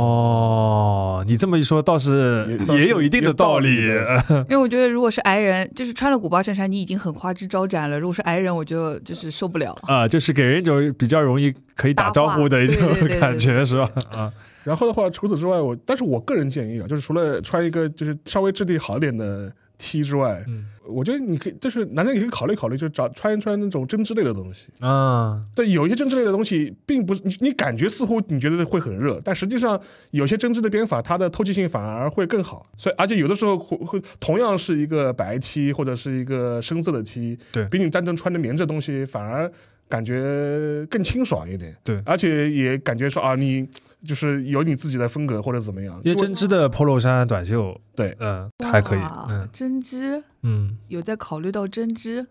B: 哦，你这么一说，倒是
A: 也
B: 也有一定的道理。
A: 有道
D: 因为我觉得，如果是矮人，就是穿了古巴衬衫，你已经很花枝招展了；如果是矮人，我就就是受不了。
B: 啊，就是给人一种比较容易可以打
D: 搭
B: 招
D: 话
B: 呼的一
D: 对
B: 种
D: 对对对
B: 感
D: 对
B: 觉，是吧？啊，
A: 然后的话，除此之外，我但是我个人建议啊，就是除了穿一个就是稍微质地好一点的 T 之外，
B: 嗯
A: 我觉得你可以就是男生也可以考虑考虑，就是找穿一穿那种针织类的东西。
B: 啊，
A: 对，有一些针织类的东西，并不是你你感觉似乎你觉得会很热，但实际上有些针织的编法，它的透气性反而会更好。所以，而且有的时候会会同样是一个白 T 或者是一个深色的 T，
B: 对
A: 比你单纯穿着棉质的东西反而感觉更清爽一点。
B: 对
A: 而且也感觉说啊，你就是有你自己的风格或者怎么样。
B: 因为针织的 polo 衫、短袖，
A: 对
B: 嗯，还可以，
D: 哇
B: 嗯
D: 针织
B: 嗯， 啊
D: 有在考虑到针织，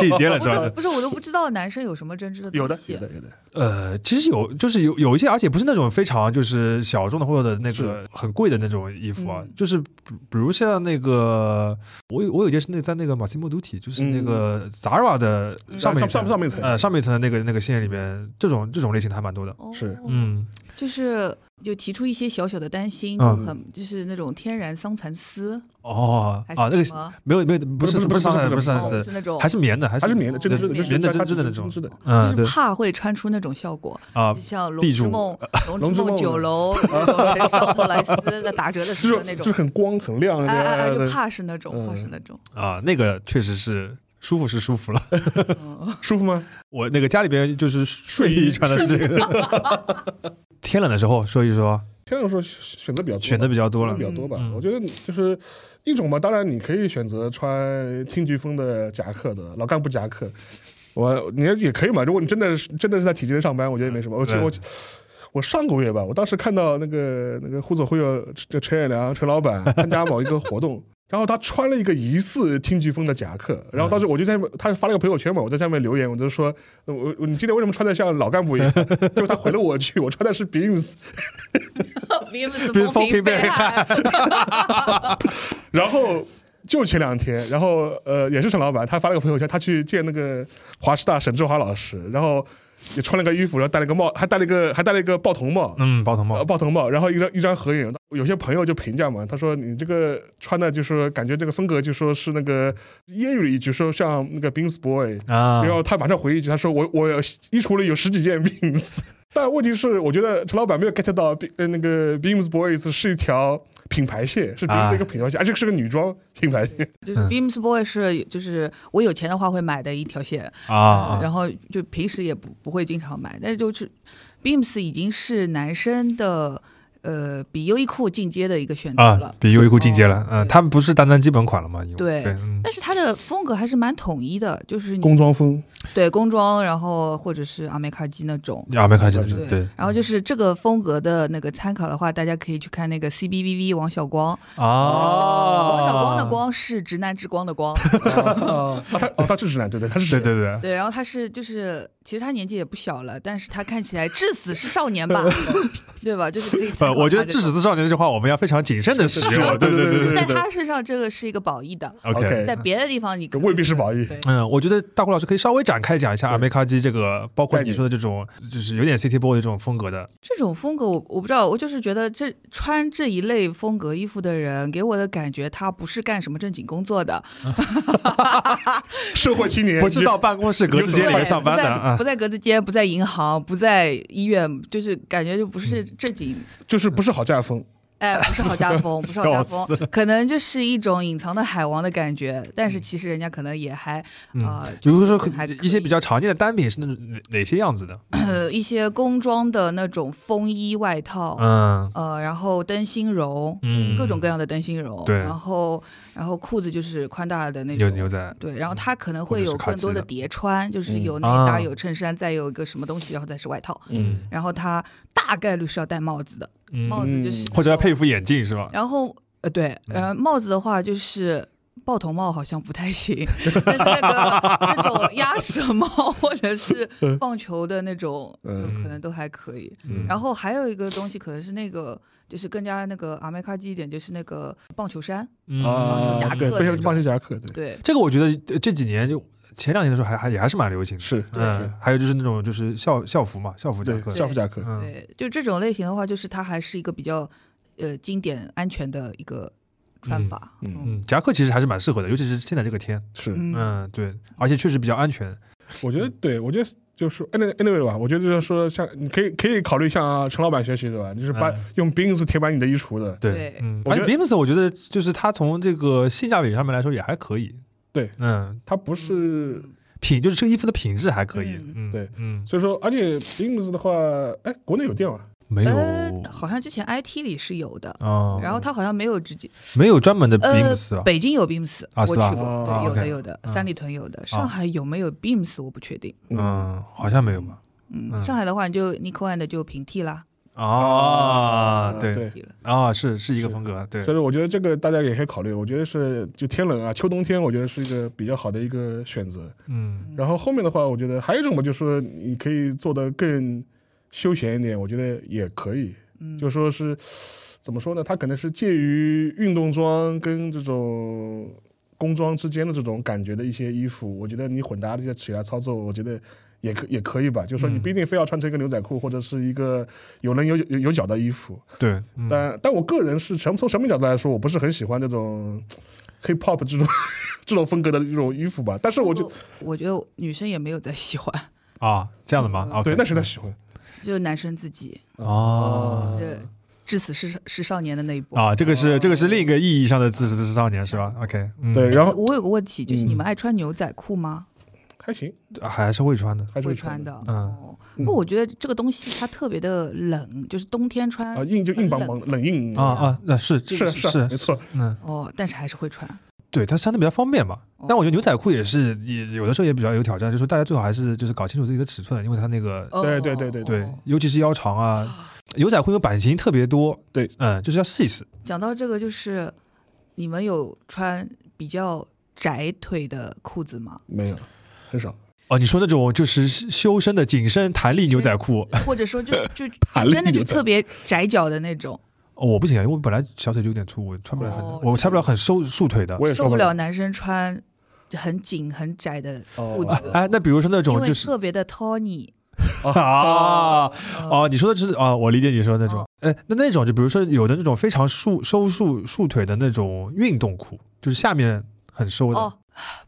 B: 这一节了是
D: 我都
B: 吧？
D: 不是我都不知道男生有什么针织的
A: 有
D: 东
A: 的
D: 西
A: 有的有的，
B: 呃，其实有，就是有有一些，而且不是那种非常就是小众的或者那个很贵的那种衣服啊，
D: 嗯
B: 就是比比如像那个，我有我有一件是那在那个马西莫杜体，就是那个 Zara 的
D: 嗯
B: 上面一
A: 上上
B: 层
A: 上面一层
B: 呃上面一层的那个那个线里面，这种这种类型的还蛮多的。
D: 哦
A: 是
B: 嗯，
D: 就是就提出一些小小的担心，就
B: 嗯
D: 很就是那种天然桑蚕丝
B: 哦
D: 还
B: 啊，那
D: 是
B: 个
D: 什么，
B: 没有没有不是
A: 不是
B: 不是上海不
A: 不是
B: 是上
A: 但
B: 海
D: 哦
B: 丝，
D: 是那种
B: 还是棉的，还
A: 还是
B: 是
A: 棉的，针织的，
D: 哦
A: 就是
B: 棉的
A: 它
B: 针织的
A: 它
B: 那种
A: 针织的，
B: 嗯
D: 就
B: 对
D: 是怕会穿出那种效果，
B: 啊
D: 就，像《龙
B: 地
D: 之
B: 主
D: 梦》《龙
A: 龙
D: 之
A: 之
D: 梦
A: 梦》
D: 酒楼那种陈少托莱斯的打折的
A: 就
D: 时候那
A: 是就
D: 种
A: 是，很光很亮，呃
D: 哎哎哎，
A: 对
D: 就怕是那种，怕是
A: 嗯
D: 那种，
B: 啊，那个确实是舒服是舒服了。
D: 嗯
A: 舒服吗？
B: 我那个家里边就是睡衣穿的是这个。天冷的时候，所以说
A: 天亮的时候选择比较多吧，
B: 选的比较多了
A: 比。较多吧
B: 嗯。
A: 我觉得就是一种嘛，当然你可以选择穿听菊风的夹克的老干部夹克，我你也可以嘛。如果你真的是真的是在体制内上班，我觉得也没什么。我其
B: 对
A: 我我上个月吧，我当时看到那个那个忽左忽右这陈远良陈老板参加某一个活动。然后他穿了一个疑似听菊风的夹克，然后
B: 嗯
A: 当时我就在他发了个朋友圈嘛，我在下面留言，我就说，我我你今天为什么穿的像老干部一样？ 结果他回了我一句，我穿的是 Beams，
B: 别
D: 别风
B: 风
D: 评
B: 评
D: 被
B: 被
D: 害，
A: 然后就前两天，然后呃，也是陈老板，他发了个朋友圈，他去见那个华师大沈志华老师，然后也穿了个衣服，然后戴了个帽，还戴了一个 还戴了一个报童帽，
B: 嗯，包头
A: 呃，
B: 帽，
A: 报童帽，然后一张一张合影。有些朋友就评价嘛，他说你这个穿的就是感觉这个风格就说是那个揶揄了一句，说像那个 Beams Boy，
B: 啊
A: 然，后他马上回一句，他说我我衣橱里有十几件 Beams，但问题是，我觉得陈老板没有 get 到 Be- 呃那个 Beams Boys 是一条品牌线，是 Beams
B: 啊
A: 的一个品牌线，而且是个女装品牌线。
D: 就是
B: 嗯
D: Beams Boy 是就是我有钱的话会买的一条线，
B: 啊
D: 嗯
B: 啊
D: 然后就平时也不不会经常买，但是就是 Beams 已经是男生的呃比优衣库进阶的一个选择了。
B: 啊，比优衣库进阶了。
D: 对
B: 嗯，他们不是单单基本款了嘛？因为
D: 哦对
B: 对，嗯
D: 但是它的风格还是蛮统一的，就是你
A: 工装风，
D: 对工装，然后或者是阿美卡基那种，
B: 啊，没看见是
D: 对，
B: 对
D: 然后就是这个风格的那个参考的话，大家可以去看那个 CBVV 王小光，
B: 啊，
D: 王哦小光的，光是直男之光 的光，
A: 啊，他哦，他是直男，对对，他是直
B: 对
A: 男。
B: 对对，
D: 对，然后他是就是其实他年纪也不小了，但是他看起来至死是少年 吧，对吧？就是可以参
B: 不，
D: 考他这种。
B: 我觉得“致死之少年”这句话我们要非常谨慎的使用。对对对
D: 在
B: 对对
D: 他身上这个是一个褒义的，
B: ，OK。
A: OK
D: 在别的地方你可能
A: 未必是褒义
D: 对
B: 嗯，我觉得大胡老师可以稍微展开讲一下
A: 对
B: 阿梅卡基这个，包括
A: 概
B: 你
A: 念
B: 说的这种，就是有点 City Boy 这种风格的
D: 这种风格我，我不知道，我就是觉得这穿这一类风格衣服的人，给我的感觉他不是干什么正经工作的，
A: 社会青年
B: 不是到办公室格子间里面
D: 对
B: 上班的
D: 不在
B: 啊
D: 不在格子间，不在银行，不在医院，就是感觉就不是正经，
A: 就是不是好嫁风，
D: 哎，不是好家风，不是好家
B: 嗯笑
D: 风，可能就是一种隐藏的海王的感觉，但
B: 嗯
D: 是其实人家可能也还啊、
B: 比如说
D: 还可以
B: 一些比较常见的单品是那种哪哪些样子的？
D: 呃 一些工装的那种风衣外套，
B: 嗯
D: 呃，然后灯芯绒，
B: 嗯，
D: 各种各样的灯芯绒，
B: 对
D: 然后然后裤子就是宽大的那
B: 牛
D: 种，
B: 牛仔，
D: 对，然后它可能
B: 或
D: 会
B: 者是
D: 有
B: 卡
D: 更多
B: 其
D: 的
B: 的
D: 叠穿，就是
A: 嗯
D: 有内搭、
B: 啊
D: 有衬衫，再有一个什么东西，然后再是外套，
A: 嗯，
D: 然后它大概率是要戴帽子的，帽
B: 嗯，
D: 子就是
B: 或者要配一
D: 服，
B: 副眼镜是吧？
D: 然后呃对，
B: 嗯
D: 呃帽子的话就是。豹头帽好像不 太行，但是那个那种鸭舌帽 或者是棒球的那种，
A: 嗯
D: 可能都还可以。
B: 嗯
D: 然后还有一个东西可能是那个，就是更加那个阿梅卡基一点，就是那个棒球衫。
B: 嗯
A: 啊
D: 夹，
A: 对，
D: 克
A: 背
D: 那
A: 上
D: 种
A: 棒球夹克，对，
D: 对，
B: 这个我觉得呃这几年就前两年的时候还还也还是蛮流行的，
A: 是对
B: 嗯，还有就是那种就是校校服嘛，校服夹克
A: 对，，校服夹克，
B: 嗯
D: 对，就这种类型的话，就是它还是一个比较呃经典、安全的一个穿法。
A: 嗯
B: 嗯，夹克其实还是蛮适合的，尤其是现在这个天，
A: 是，
D: 嗯，
B: 嗯，对，而且确实比较安全，
A: 我觉得
B: 嗯
A: 对，我觉得就是 any anyway 吧，我觉得就是说像你可以可以考虑向陈老板学习，对吧？就是把、
B: 嗯
A: 用 Beams 填满你的衣橱的，
B: 对
D: 对，
B: 嗯，
A: 我
B: 而
A: 觉
B: 且
A: 得
B: Beams 我觉得就是它从这个性价比上面来说也还可以，
A: 对，
B: 嗯，
A: 它不是
B: 品就是这个衣服的品质还可以，
D: 嗯
B: 嗯，
A: 对，
B: 嗯，
A: 所以说，而且 Beams 的话，哎，国内有店吗？
B: 没有
D: 呃，好像之前 IT 里是有的，
B: 啊，
D: 然后它好像没有直接
B: 没有专门的
D: 呃
B: Beams 啊，
D: 北京有 Beams，
B: 啊
D: 我
B: 是
D: 去
B: 吧
D: 过，
A: 啊
D: 对，有的
B: OK
D: 有的，
B: 嗯
D: 三里屯有的，上海有没有 Beams 我不确定。
B: 嗯，好像没有吧？
D: 嗯
B: 嗯，
D: 上海的话你就 Nico and 就平替啦，
B: 啊，
A: 对
B: 对啊，是是一个风格，对
A: 所以我觉得这个大家也可以考虑。我觉得是就天冷啊，秋冬天，我觉得是一个比较好的一个选择。
B: 嗯
A: 然后后面的话，我觉得还有一种嘛，就是你可以做的更休闲一点，我觉得也可以。
D: 嗯，
A: 就说是怎么说呢？它可能是介于运动装跟这种工装之间的这种感觉的一些衣服，我觉得你混搭的一些起来操作，我觉得。也可也可以吧，就
D: 嗯
A: 说你不一定非要穿成一个牛仔裤或者是一个有棱有有有角的衣服，
B: 对，嗯
A: 但但我个人是从从审美角度来说，我不是很喜欢这种 hip hop 这种 这种风格的一种衣服吧。但是我就
D: 不过我觉得女生也没有在喜欢，
B: 啊，这样的吗？
D: 嗯
A: 对，那谁他
B: 的
A: 喜欢？
D: 就男生自己，
B: 哦
A: 呃
D: 是至死是是少年的那一波。
B: 啊，这个是这个是另一个意义上的自食自食少年是吧？OK，嗯
A: 对，然后
D: 我有个问题，就是你
A: 嗯
D: 们爱穿牛仔裤吗？
A: 还行，
B: 还是会穿的，
A: 还是
D: 会
A: 会
D: 穿的。
B: 嗯
D: 哦，
A: 嗯
D: 不过我觉得这个东西它特别的冷，就是冬天穿
A: 啊，硬就硬邦邦的，冷硬
B: 啊啊，那是这
A: 是
B: 个
A: 是
B: 是
A: 没错，
B: 嗯，
D: 哦，但是还是会穿。
B: 对，它相对比较方便嘛。
D: 哦
B: 但我觉得牛仔裤也是，也有的时候也比较有挑战，就是说大家最好还是就是搞清楚自己的尺寸，因为它那个
D: 哦
A: 对对对对
B: 对
D: 哦，
B: 尤其是腰长啊，牛仔裤有版型特别多，
A: 对，
B: 嗯，就是要试一试。
D: 讲到这个，就是你们有穿比较窄腿的裤 子吗？
A: 没有，很少。
B: 哦，你说那种就是修身的紧身弹力牛仔裤，
D: 或者说就就
A: 弹力
D: 真的就
A: 牛仔
D: 特别窄脚的那种，
B: 哦我不行，因为我本来小腿就有点粗，我穿不了很
D: 哦，
B: 我穿不了很收束腿的。
A: 我也
D: 受不
A: 不
D: 了男生穿很紧很窄的裤
A: 哦
D: 子
B: 啊，哎，那比如说那
D: 因
B: 种
D: 为
B: 就是
D: 特别的 Tony
B: 啊，
D: 呃
B: 哦，你说的是啊，我理解你说的那种
D: 哦，
B: 哎，那那种就比如说有的那种非常束收束束腿的那种运动裤，就是下面很收的、
D: 哦，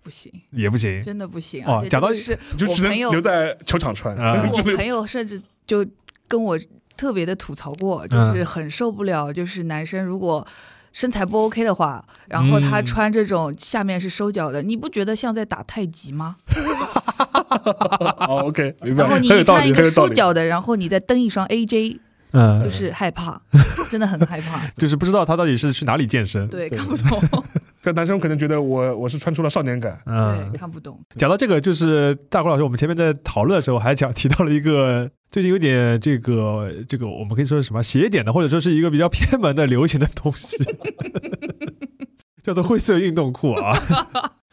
D: 不行，
B: 也不行
D: 真的不行
B: 哦
D: 啊！这
B: 讲到
D: 这个
A: 你
D: 是
A: 就
D: 我
A: 只能
D: 朋友
A: 留在球场穿。
B: 啊
D: 我朋友甚至就跟我特别的吐槽过，就
B: 嗯
D: 是很受不了，就是男生如果身材不 OK 的话，然后他
B: 嗯
D: 穿这种下面是收脚的，你不觉得像在打太极吗？
A: 哦，OK，明白，
D: 然后
A: 很
D: 你
A: 有道
D: 穿
A: 理，
D: 一
A: 很
D: 个
A: 有道
D: 收
A: 理。
D: 脚的，然后你再蹬一双 AJ，
B: 嗯，
D: 就、是害怕，真的很害怕。
B: 就是不知道他到底是去哪里健身。
D: 对，
A: 对
D: 看不懂，
A: 这男生可能觉得我我是穿出了少年感，
B: 嗯
D: 对，，看不懂。
B: 讲到这个，就是大郭老师，我们前面在讨论的时候还讲 提到了一个最近有点这个这个，我们可以说是什么邪点的，或者说是一个比较偏门的流行的东西， 叫做灰色运动裤 啊。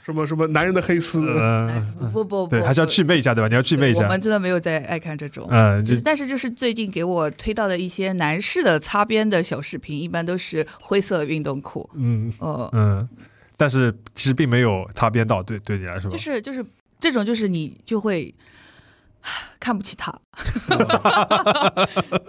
A: 什么什么男人的黑丝，
D: 哎
B: 嗯，
D: 不不不，
B: 对，还是要
D: 不
B: 具备一下，对吧？你要具备一
D: 我
B: 下。
D: 们真的没有在爱看这种。
B: 嗯，
D: 就
B: 就是
D: 但是就是最近给我推到的一些男士的擦边的小视频，一般都是灰色运动裤，
B: 嗯
D: 呃，
B: 嗯，但是其实并没有擦边到，对对你来说，
D: 就是就是这种，就是你就会唉看不 起他，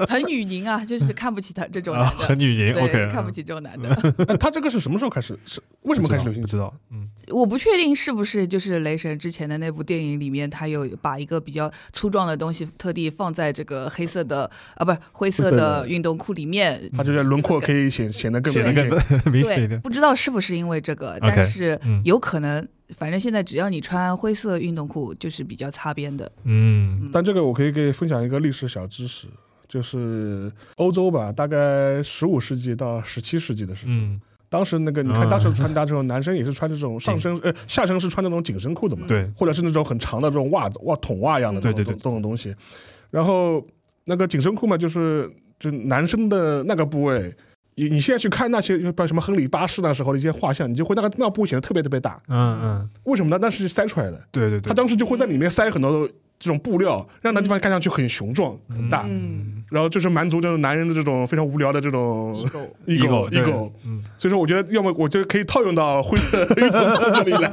D: 很女凝啊，就是看不起他这种
B: 啊，
D: 男的，
B: 很女人
D: 对
B: ，OK，嗯
D: 看不起这种男的。
A: 哎他这个是什么时候开始？是为
B: 为
A: 什么开始流行
B: 不？知道，嗯
D: 我不确定是不是就是雷神之前的那部电影里面，他有把一个比较粗壮的东西特地放在这个黑色的啊，不是灰色
A: 灰色
D: 的
A: 的
D: 运动裤里面。
B: 嗯
A: 他觉得轮廓可以显显得更
B: 显得
A: 明显
B: 更 明显一
D: 对，
B: 点，
D: 不知道是不是因为这个，
B: OK，
D: 但是
B: 嗯
D: 有可能。反正现在只要你穿灰色运动裤，就是比较擦边的。
B: 嗯
A: 但这个我可以给分享一个历史小知识，就是欧洲吧，大概十五世纪到十七世纪的时候，
B: 嗯，
A: 当时那个你
B: 嗯
A: 看当时的穿搭之后，男生也是穿这种上身呃下身是穿那种紧身裤的嘛，
B: 对，
A: 或者是那种很长的这种袜子袜筒袜一样的
B: 对
A: 这种
B: 对对
A: 这种东西，然后那个紧身裤嘛，就是就男生的那个部位。你你现在去看那些，不什么亨利八世那时候的一些画像，你就会那个那个部位显得特别特别大，
B: 嗯嗯，
A: 为什么呢？那是塞出来的，
B: 对对对，
A: 他当时就会在里面塞很多这种布料，让那地方看上去很雄壮、很大，
D: 嗯
A: 然后就是满足这种男人的这种非常无聊的这种
D: ego，
A: ego
B: 对
A: ego。
B: 嗯
A: 所以说，我觉得要么我就可以套用到灰色运动裤这里来。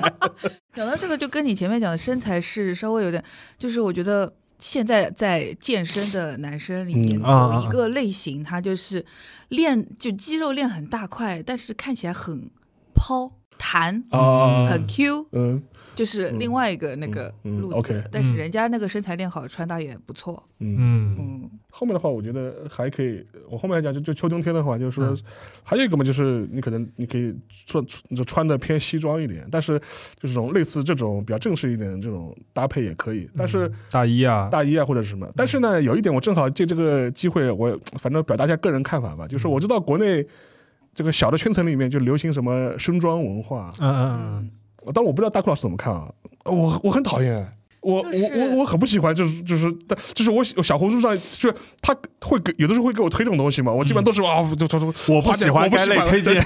D: 讲到这个，就跟你前面讲的身材是稍微有点，就是我觉得现在在健身的男生里面
A: 嗯
B: 啊
D: 有一个类型，他就是练就肌肉练很大块，但是看起来很抛弹。
B: 啊
D: 很 Q，
A: 嗯
D: 就是另外一个那个
A: 嗯嗯
D: 路子，
A: OK
D: 但是
B: 嗯
D: 人家那个身材练好，穿搭也不错。
A: 嗯，
B: 嗯
D: 嗯，
A: 后面的话，我觉得还可以。我后面来讲，就就秋冬天的话，就是
B: 嗯
A: 说，还有一个嘛，就是你可能你可以穿穿就穿的偏西装一点，但是就是这种类似这种比较正式一点的这种搭配也可以。但是
B: 大衣啊，
A: 大一啊或者是什么。但是呢，有一点我正好借这个机会，我反正表达一下个人看法吧，
B: 嗯
A: 就是我知道国内。这个小的圈层里面就流行什么身装文化，
B: 嗯嗯
A: 呃但我不知道大库老师怎么看啊？我我很讨厌，我
D: 就是
A: 我我我很不喜欢，就是就是，但就是我我小红书上就是他会给有的时候会给我推这种东西嘛，我基
D: 嗯
A: 本上都是啊，就就就
B: 我不喜欢该类推荐，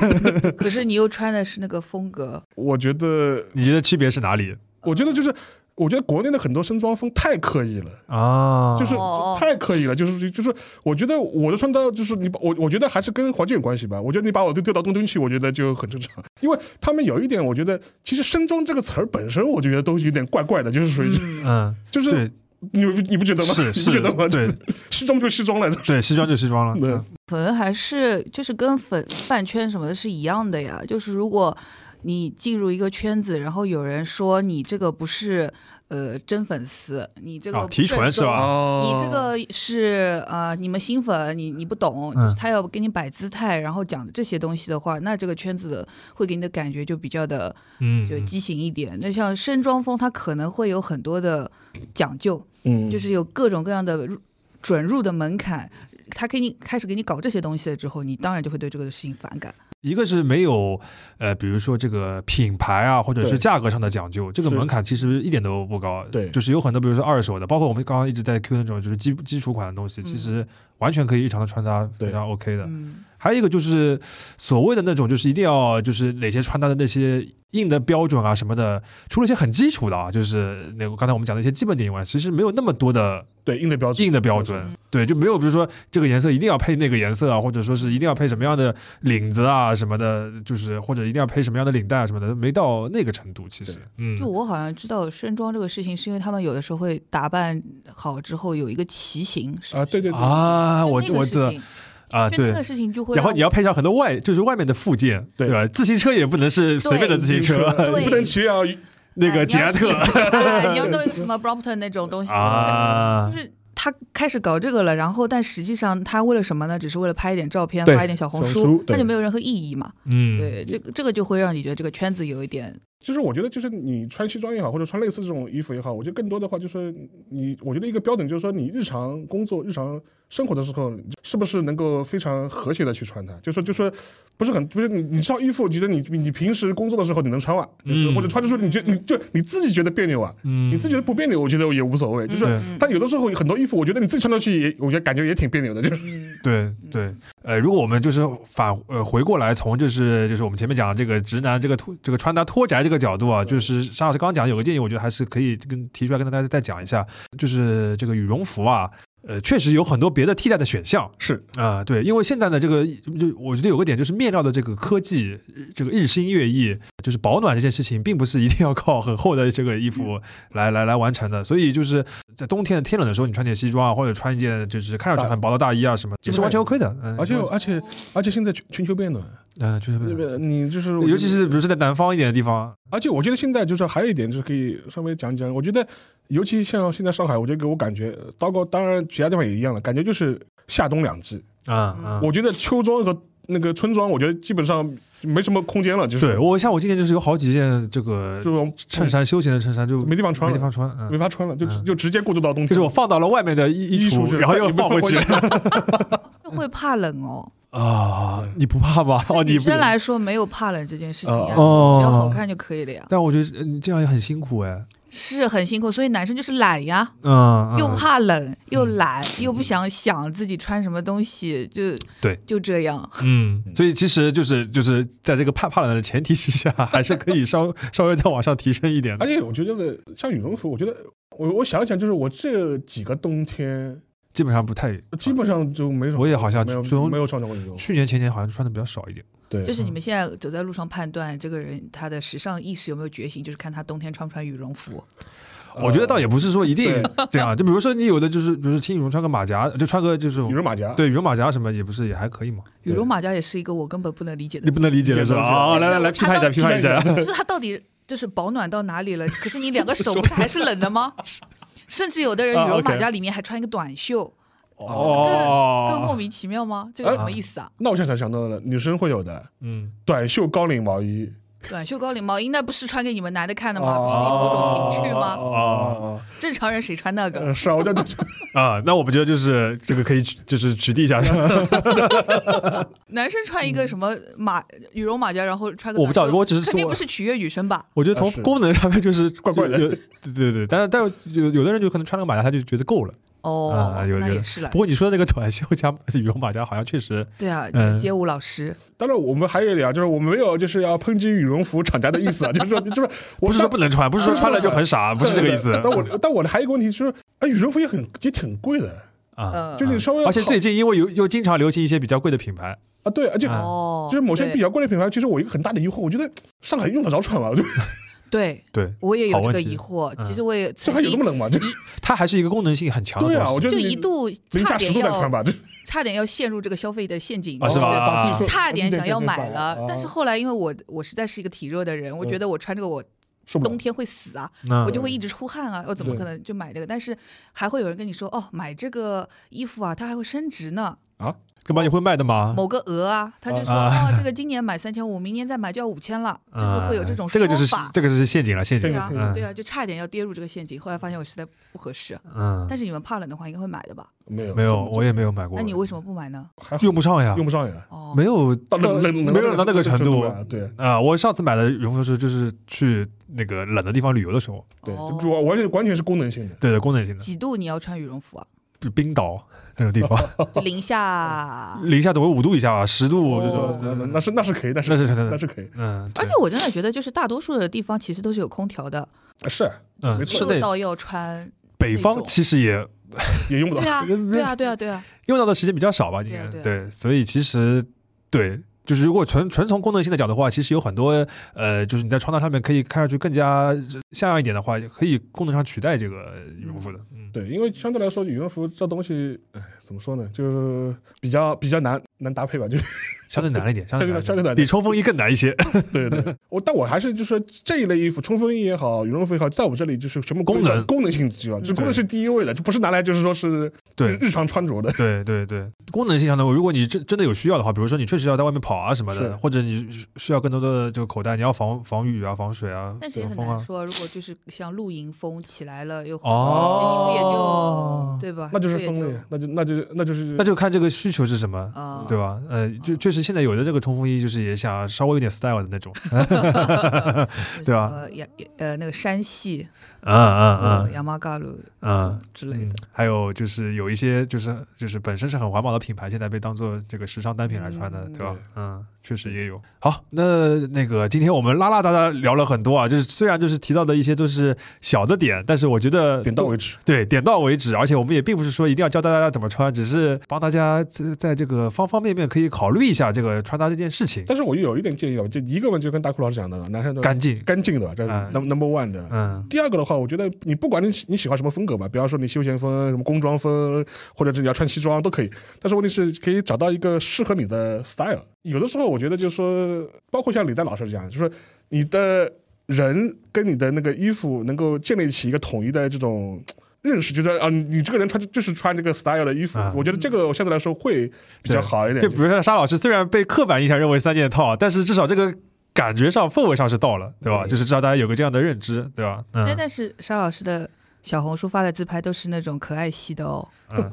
D: 可是你又穿的是那个风格，
A: 我觉得
B: 你觉得区别是哪里
A: 我觉得就是我觉得国内的很多盛装风太刻意了。
B: 啊？
A: 就是
D: 哦
A: 太刻意了，就是就是，我觉得我的穿搭就是你把我，我觉得还是跟环境有关系吧。我觉得你把我丢丢到东京去，我觉得就很正常。因为他们有一点，我觉得其实“身装”这个词儿本身，我就觉得都有点怪怪的，就是属于、
B: 嗯，
A: 就是
B: 对，
A: 你你不觉得吗？
B: 是
A: 你不
B: 是
A: 觉得吗？，
B: 对
A: 西装就西装了，
B: 对，西装就西装了。
A: 对
B: 嗯
D: 可能还是就是跟粉饭圈什么的是一样的呀，就是如果你进入一个圈子，然后有人说你这个不是呃真粉丝，你这个
B: 啊
D: 不
B: 提
D: 正
B: 纯是
D: 宗
B: 吧
A: 哦
D: 你这个是呃，你们新粉，你你不懂，
B: 嗯
D: 就是他要给你摆姿态，然后讲这些东西的话，那这个圈子的会给你的感觉就比较的
B: 嗯，
D: 就
B: 嗯
D: 畸形一点。那像盛装风，它可能会有很多的讲究，
A: 嗯，
D: 就是有各种各样的入准入的门槛。他给你开始给你搞这些东西了之后，你当然就会对这个事情反感。
B: 一个是没有，呃，比如说这个品牌啊，或者是
A: 对
B: 价格上的讲究，这个
A: 是
B: 门槛其实一点都不高。
A: 对
B: 就是有很多，比如说二手的，包括我们刚刚一直在 Q 那种就是基基础款的东西，
D: 嗯
B: 其实完全可以日常的穿搭非常 OK 的。
D: 嗯，
B: 还有一个就是所谓的那种，就是一定要就是哪些穿搭的那些硬的标准啊什么的，除了一些很基础的啊，就是那个刚才我们讲的一些基本点以外，其实没有那么多的
A: 对硬的标准，
B: 硬的标准，
D: 嗯
B: 对，就没有比如说这个颜色一定要配那个颜色啊，或者说是一定要配什么样的领子啊什么的，就是或者一定要配什么样的领带啊什么的，没到那个程度。其实
A: 对，
B: 嗯
D: 就，我好像知道盛装这个事情，是因为他们有的时候会打扮好之后有一个骑行是
A: 啊，对对对，
B: 啊，
D: 就
B: 我
D: 那个
B: 我
D: 事
B: 知道
D: 情
B: 啊，
D: 就那
B: 对
D: 个。事情就会
B: 然
D: 让我，
B: 后你要配上很多外，就是外面的附件，
A: 对
B: 吧？自行车也不能是随便的自行车，
D: 对
A: 你不能骑啊，
B: 那个捷
D: 哎
B: 安特，
D: 你要去哎你要弄一个什么 Brompton 那种东西，
B: 啊
D: 就是他开始搞这个了，然后但实际上他为了什么呢？只是为了拍一点照片，
A: 对
D: 发一点小红
A: 小红
D: 书
A: 书，对
D: 那就没有任何意义嘛。
B: 嗯，
D: 对，这个这个就会让你觉得这个圈子有一点，
A: 就是我觉得，就是你穿西装也好，或者穿类似这种衣服也好，我觉得更多的话就是你，我觉得一个标准就是说，你日常工作、日常生活的时候，是不是能够非常和谐的去穿它？就说就说不是很不是你你这套衣服，觉得你你平时工作的时候你能穿哇，就是、
B: 嗯
A: 或者穿着时候你觉你就你自己觉得别扭啊，
B: 嗯，
A: 你自己觉得不别扭，我觉得也无所谓。就是，
B: 对
D: 嗯
A: 但有的时候很多衣服，我觉得你自己穿上去也，我觉得感觉也挺别扭的，就是
D: 嗯，
B: 对对，呃，如果我们就是反呃回过来，从就是就是我们前面讲的这个直男这个脱这个穿搭脱宅这个角度啊，就是沙老师刚刚讲有个建议，我觉得还是可以跟提出来跟大家再讲一下，就是这个羽绒服啊。呃，确实有很多别的替代的选项
A: 是
B: 啊、对，因为现在的这个，就我觉得有个点就是面料的这个科技，呃这个日新月异，就是保暖这件事情，并不是一定要靠很厚的这个衣服来、来来完成的，所以就是在冬天天冷的时候，你穿点西装啊，或者穿一件就是看上去很薄的大衣啊什么，这是完全 OK 的。嗯，
A: 而且
B: 嗯、
A: 而且而且现在全全球变暖，
B: 呃，就是
A: 那边你就是我觉得
B: 尤其是比如说在南方一点的地方，
A: 而且我觉得现在就是还有一点，就是可以稍微讲讲。我觉得，尤其像现在上海，我觉得给我感觉，包括当然其他地方也一样了，感觉就是夏冬两季。
B: 啊、嗯、啊、
A: 我觉得秋装和那个春装，我觉得基本上没什么空间了，就是
B: 对我像我今年就是有好几件这个
A: 这种
B: 衬衫，休闲的衬衫就
A: 没地方穿
B: 没
A: 了，
B: 地方穿，
A: 没
B: 嗯，
A: 法穿了，就
B: 嗯
A: 就直接过渡到冬
B: 就
A: 天
B: 是。我放到了外面的衣
A: 衣
B: 橱，
A: 橱是
B: 然后又
A: 再
B: 放回去
D: 就会怕冷哦。
B: 啊，你不怕吗？哦，你
D: 女
B: 不
D: 生。来说没有怕冷这件事情呀，
B: 哦
D: 只要好看就可以了呀，
B: 但我觉得呃你这样也很辛苦哎，
D: 是很辛苦，所以男生就是懒呀，
B: 嗯，嗯嗯
D: 又怕冷又懒又不想想自己穿什么东西，就
B: 对，
D: 就这样。
B: 嗯，所以其实就是就是在这个怕怕冷的前提之下，还是可以稍稍微再往上提升一点的
A: 而。且我觉得像羽绒服，我觉得我我想想，就是我这几个冬天
B: 基本上不太，
A: 基本上就没什么，
B: 我也好像
A: 没有
B: 从
A: 没有穿过羽绒服。
B: 去年前年好像穿的比较少一点。
A: 对，
B: 嗯
D: 就是你们现在走在路上判断这个人他的时尚意识有没有觉醒，就是看他冬天穿不穿羽绒服。
B: 我觉得倒也不是说一定
A: 对
B: 这样，就比如说你有的就是，比如说轻羽绒穿个马甲，就穿个就是
A: 羽绒马甲。
B: 对羽绒马甲什么也不是也还可以嘛。
D: 羽绒马甲也是一个我根本不能理解的
B: 你，不能理解了是吧？啊，
D: 就是
B: 来来来，
D: 我
B: 批判一下，
D: 看到
B: 批判一下。
D: 就是他到底就是保暖到哪里了？可是你两个手不是还是冷 的吗？甚至有的人
B: 啊
D: 羽绒马
B: OK
D: 甲里面还穿一个短袖，
A: 哦
D: 更莫
B: 哦，
D: 名其妙吗？这个
A: 哎
D: 什么意思啊？
A: 那我现在想到了，女生会有的
B: 嗯，
A: 短袖高领毛衣，
D: 短袖高领毛衣那不是穿给你们男的看的吗？不是
A: 哦
D: 某种情趣吗？
B: 啊
A: 哦，
D: 正常人谁穿那个？
A: 呃是啊，我就
B: 啊！那我们觉得就是这个可以举就是举例一下，
D: 男生穿一个什么马羽绒马甲，然后穿个
B: 我不知道
D: 短袖
B: 我只是
D: 肯定
B: 说
D: 不是取悦女生吧？
B: 我觉
A: 啊
B: 得从
A: 是
B: 功能上面就是 怪
A: 怪的
B: 有对对对，但是但是有有的人就可能穿了个马甲，他就觉得够了。
D: 哦，
B: 啊有
D: 那
B: 有
D: 也是了
B: 不。过你说的那个短袖加羽绒马甲，好像确实
D: 对啊，
B: 嗯
D: 街舞老师，
A: 当然我们还有一点啊，就是我们没有就是要抨击羽绒服厂家的意思啊，就是说就是我
B: 不是说不能穿，不是说穿了就很傻，不是这个意思
A: 对对对
B: 啊
A: 但我但我的还有一个问题就是，哎，羽绒服也很也挺贵的，
B: 啊。
D: 嗯，
A: 就是你稍微要
B: 而且
A: 好
B: 最近因为有又经常流行一些比较贵的品牌，
A: 啊对，而且
B: 啊
D: 哦，
A: 就是某些
D: 对
A: 比较贵的品牌，其实我一个很大的疑惑，我觉得上海用得着穿吗？ 就
D: 对，
B: 对，
D: 我也有
B: 好
D: 这
B: 问
D: 个
B: 题
D: 疑惑。
B: 嗯
D: 其实我也
A: 这
D: 曾
A: 还有这
D: 经
A: 么冷吗？就
B: 它还是一个功能性很强的
A: 对啊，
B: 东
A: 我
B: 西
A: 觉得
D: 就
A: 你
D: 一度
A: 零
D: 差
A: 下十
D: 点
A: 度再穿
D: 要
A: 吧，就
D: 差点要陷入这个消费的陷阱，
B: 啊是吧
D: 就是
B: 啊嗯
A: 就是
D: 差点想要买了
A: 啊，
D: 但是后来因为我我实在是一个体热的人，我觉得我穿这个我
A: 受不了
D: 冬。天会死啊，
B: 那
D: 我就会一直出汗啊，我怎么
A: 对
D: 可能就买这个？但是还会有人跟你说，哦，买这个衣服啊，它还会升值呢，
B: 干嘛你会卖的吗？
D: 某个额啊，他就说，
B: 啊
D: 哦，这个今年买三千五，明年再买就要五千了，就是会有这种
B: 嗯这个就是
D: 说法
B: 这个是陷阱了，陷阱
D: 对
B: 了
D: 啊，
B: 嗯
D: 对啊，就差点要跌入这个陷阱，后来发现我实在不合适。
B: 嗯，
D: 但是你们怕冷的话，应该会买的吧？
A: 没有
B: 没有，我也没有买过。
D: 那你为什么不买呢？
A: 还好
B: 用不上呀？
A: 用不上呀，
D: 哦，
B: 没有到
A: 到那冷冷
B: 没有到那个程
A: 度
B: 度
A: 啊，对
B: 啊！我上次买的羽绒服是就是去那个冷的地方旅游的时候，
A: 对，
D: 哦
A: 就完完全完全是功能性的。
B: 对的，功能性的，
D: 几度你要穿羽绒 服啊？
B: 比冰岛那种地方，
D: 就零下
B: 零下总会五度以下吧，十度这
D: 哦
B: 种，
A: 呃那那
B: 嗯
A: 那是那是可以，但是
B: 那是
A: 那
B: 那
A: 是可哎以，
B: 嗯，对
D: 而且我真的觉得，就是大多数的地方其实都是有空调的，
A: 是啊没
B: 嗯
A: 错
B: 是
D: 热
B: 的，
D: 到要穿。
B: 北
D: 那
B: 方
D: 种
B: 其实也
A: 也用不到
D: 对。啊，对啊，对啊，对啊。
B: 用到的时间比较少吧，应该
D: 对啊对
B: 对，所以其实对。就是如果纯纯从功能性的讲的话，其实有很多呃，就是你在床单上面可以看上去更加像样一点的话，也可以功能上取代这个羽绒服的。嗯，
A: 对，因为相对来说，羽绒服这东西，哎，怎么说呢，就比较比较难难搭配吧，就
B: 相对难一点，相对难一点
A: 相对难一点
B: 比冲锋衣更难一些。
A: 对 对，我但我还是就说这一类衣服，冲锋衣也好，羽绒服也好，在我们这里就是全部归
B: 功能
A: 到功能性需要，就是功能是第一位的，就不是拿来就是说是
B: 对
A: 日，日常穿着的。
B: 对对对，功能性上的，如果你真真的有需要的话，比如说你确实要在外面跑啊什么
A: 是
B: 的，或者你需需要更多的这个口袋，你要防防雨啊、防水啊、
D: 但是也
B: 防
D: 很
B: 风
D: 难
B: 啊。
D: 说，如果就是像露营风起来了又很
B: 哦
D: 冷，啊你不也就对吧？
A: 那就是
D: 不也
A: 分类，那就那就那就是
B: 那就看这个需求是什么，
D: 啊，
B: 对吧？呃，就确实现在有的这个冲锋衣就是也想稍微有点 style 的那 种，
D: 那
B: 对吧
D: 什么呀？呀呃，那个山系，
B: 嗯嗯
D: 呃，
B: 嗯
D: 亚麻嘎鲁
B: 嗯。
D: 之类的。
B: 嗯还有就是有一些就是就是本身是很环保的品牌，现在被当做这个时尚单品来穿的，
D: 嗯
B: 对吧？嗯，确实也有。好，那那个今天我们拉拉杂杂聊了很多啊，就是虽然就是提到的一些都是小的点，但是我觉得
A: 点到为止。
B: 对，点到为止。而且我们也并不是说一定要教大家怎么穿，只是帮大家在在这个方方面面可以考虑一下这个穿搭这件事情，
A: 但是我有一点建议啊，就一个嘛，就跟大库老师讲的了，男生都
B: 干净。
A: 干净的，这
B: 嗯
A: number number one 的。
B: 嗯
A: 第二个的话，我觉得你不管你喜你喜欢什么风格吧，比方说你休闲风、什么工装风，或者是你要穿西装都可以。但是问题是，可以找到一个适合你的 style。有的时候，我觉得就是说，包括像李诞老师这样，就是你的人跟你的那个衣服能够建立起一个统一的这种。认识就是啊，你这个人穿就是穿这个 style 的衣服，
B: 啊
A: 我觉得这个相对来说会比较好一点。
B: 就比如说沙老师，虽然被刻板印象认为三件套，但是至少这个感觉上、氛围上是到了，对吧？
A: 对
B: 就是至少大家有个这样的认知，对吧？嗯
D: 但哎但是沙老师的小红书发的自拍都是那种可爱系的哦。
B: 嗯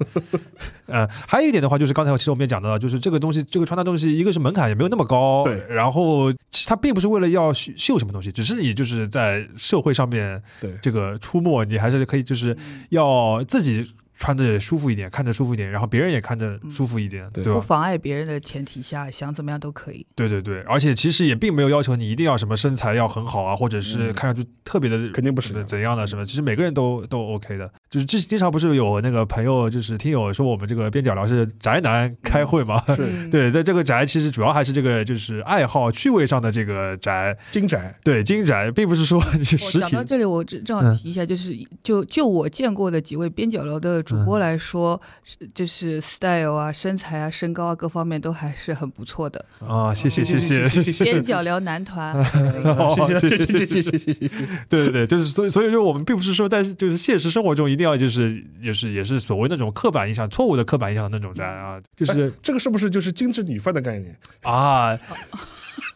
B: 嗯，还有一点的话，就是刚才其实我们也讲到了，就是这个东西，这个穿搭东西，一个是门槛也没有那么高，
A: 对
B: 然后其实它并不是为了要秀秀什么东西，只是你就是在社会上面
A: 对
B: 这个出没，你还是可以就是
D: 嗯
B: 要自己穿着舒服一点，看着舒服一点，然后别人也看着舒服一点，
A: 对
B: 对
D: 不
B: 吧？
D: 妨碍别人的前提下，想怎么样都可以。
B: 对对对，而且其实也并没有要求你一定要什么身材要很好啊，或者是
A: 嗯
B: 看上去特别的、
A: 肯定不是
B: 怎怎样的什么，其实每个人都都 OK 的。就是之经常不是有那个朋友就是听友说我们这个边角聊是宅男开会 嘛。
A: 是
D: 嗯，
B: 对，在这个宅其实主要还是这个就是爱好趣味上的这个宅，
A: 金宅，
B: 对金宅，并不是说你
D: 我
B: 实
D: 讲
B: 体
D: 到这里，我正正好
B: 嗯
D: 提一下，就是就就我见过的几位边角聊的
B: 嗯
D: 主播来说，是就是 style 啊、身材啊、身高啊各方面都还是很不错的。
B: 啊，谢谢谢谢谢谢，
D: 边角聊男团，
B: 哦
A: 谢谢
B: 谢
A: 谢
B: 谢
A: 谢谢谢谢谢。
B: 对对对，就是所以所以说我们并不是说在就是现实生活中一定要就是就是也是所谓那种刻板印象、错误的刻板印象的那种宅啊，就是
A: 哎这个是不是就是精致女犯的概念？
B: 啊，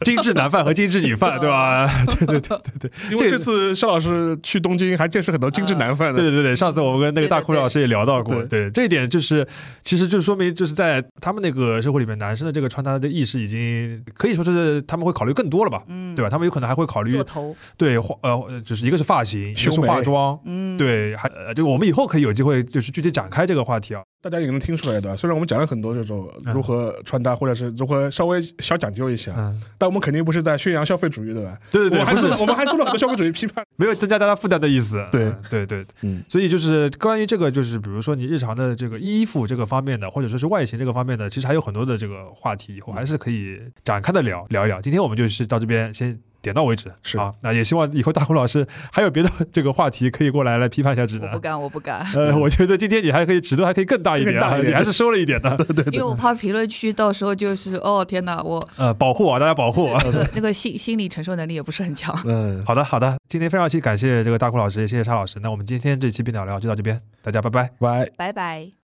B: 精致男犯和精致女犯，对吧？ 对对对对对，
A: 因为
B: 这
A: 这次呃邵老师去东京还见识很多精致男犯的，
B: 对对对，上次我们跟那个大哭老师也聊到过，
A: 对对
B: 对这一点就是，其实就是说明就是在他们那个社会里面，男生的这个穿搭的意识已经可以说是他们会考虑更多了吧，
D: 嗯，
B: 对吧？他们有可能还会考虑
D: 做头，
B: 对化呃，就是一个是发型，一个是
A: 修眉
B: 化妆，
D: 嗯，，
B: 对，还呃就我们以后可以有机会就是具体展开这个话题啊，
A: 大家也能听出来的。虽然我们讲了很多这种呃如何穿搭，或者是如何稍微小讲究一下，
B: 嗯，
A: 但我们肯定不是在宣扬消费主义的吧？
B: 对对
A: 我
B: 对，
A: 还
B: 不
A: 做
B: 是
A: 了，我们还做了很多消费主义批判。
B: 没有增加大家负担的意思，
A: 对
B: 嗯对对，
A: 嗯，
B: 所以就是关于这个，就是比如说你日常的这个衣服这个方面的，或者说是外形这个方面的，其实还有很多的这个话题，以后还是可以展开的聊聊一聊。今天我们就是到这边先。点到为止
A: 是
B: 啊，那也希望以后大红老师还有别的这个话题可以过来来批判一下直
D: 我不
B: 男。
D: 敢，我不敢，
B: 呃，我觉得今天你还可以尺度还可以更大一点
A: 更
B: 啊，
A: 大一点
B: 你还是收了一点的。
D: 因为我怕评论区到时候就是哦天哪，我
B: 呃，保护啊，大家保护啊。
D: 那个那个心心理承受能力也不是很强。
A: 嗯，
B: 好的，好的，今天非常期感谢这个大哭老师，也谢谢沙老师。那我们今天这期边聊聊就到这边，大家拜拜。
A: 拜。
D: 拜拜。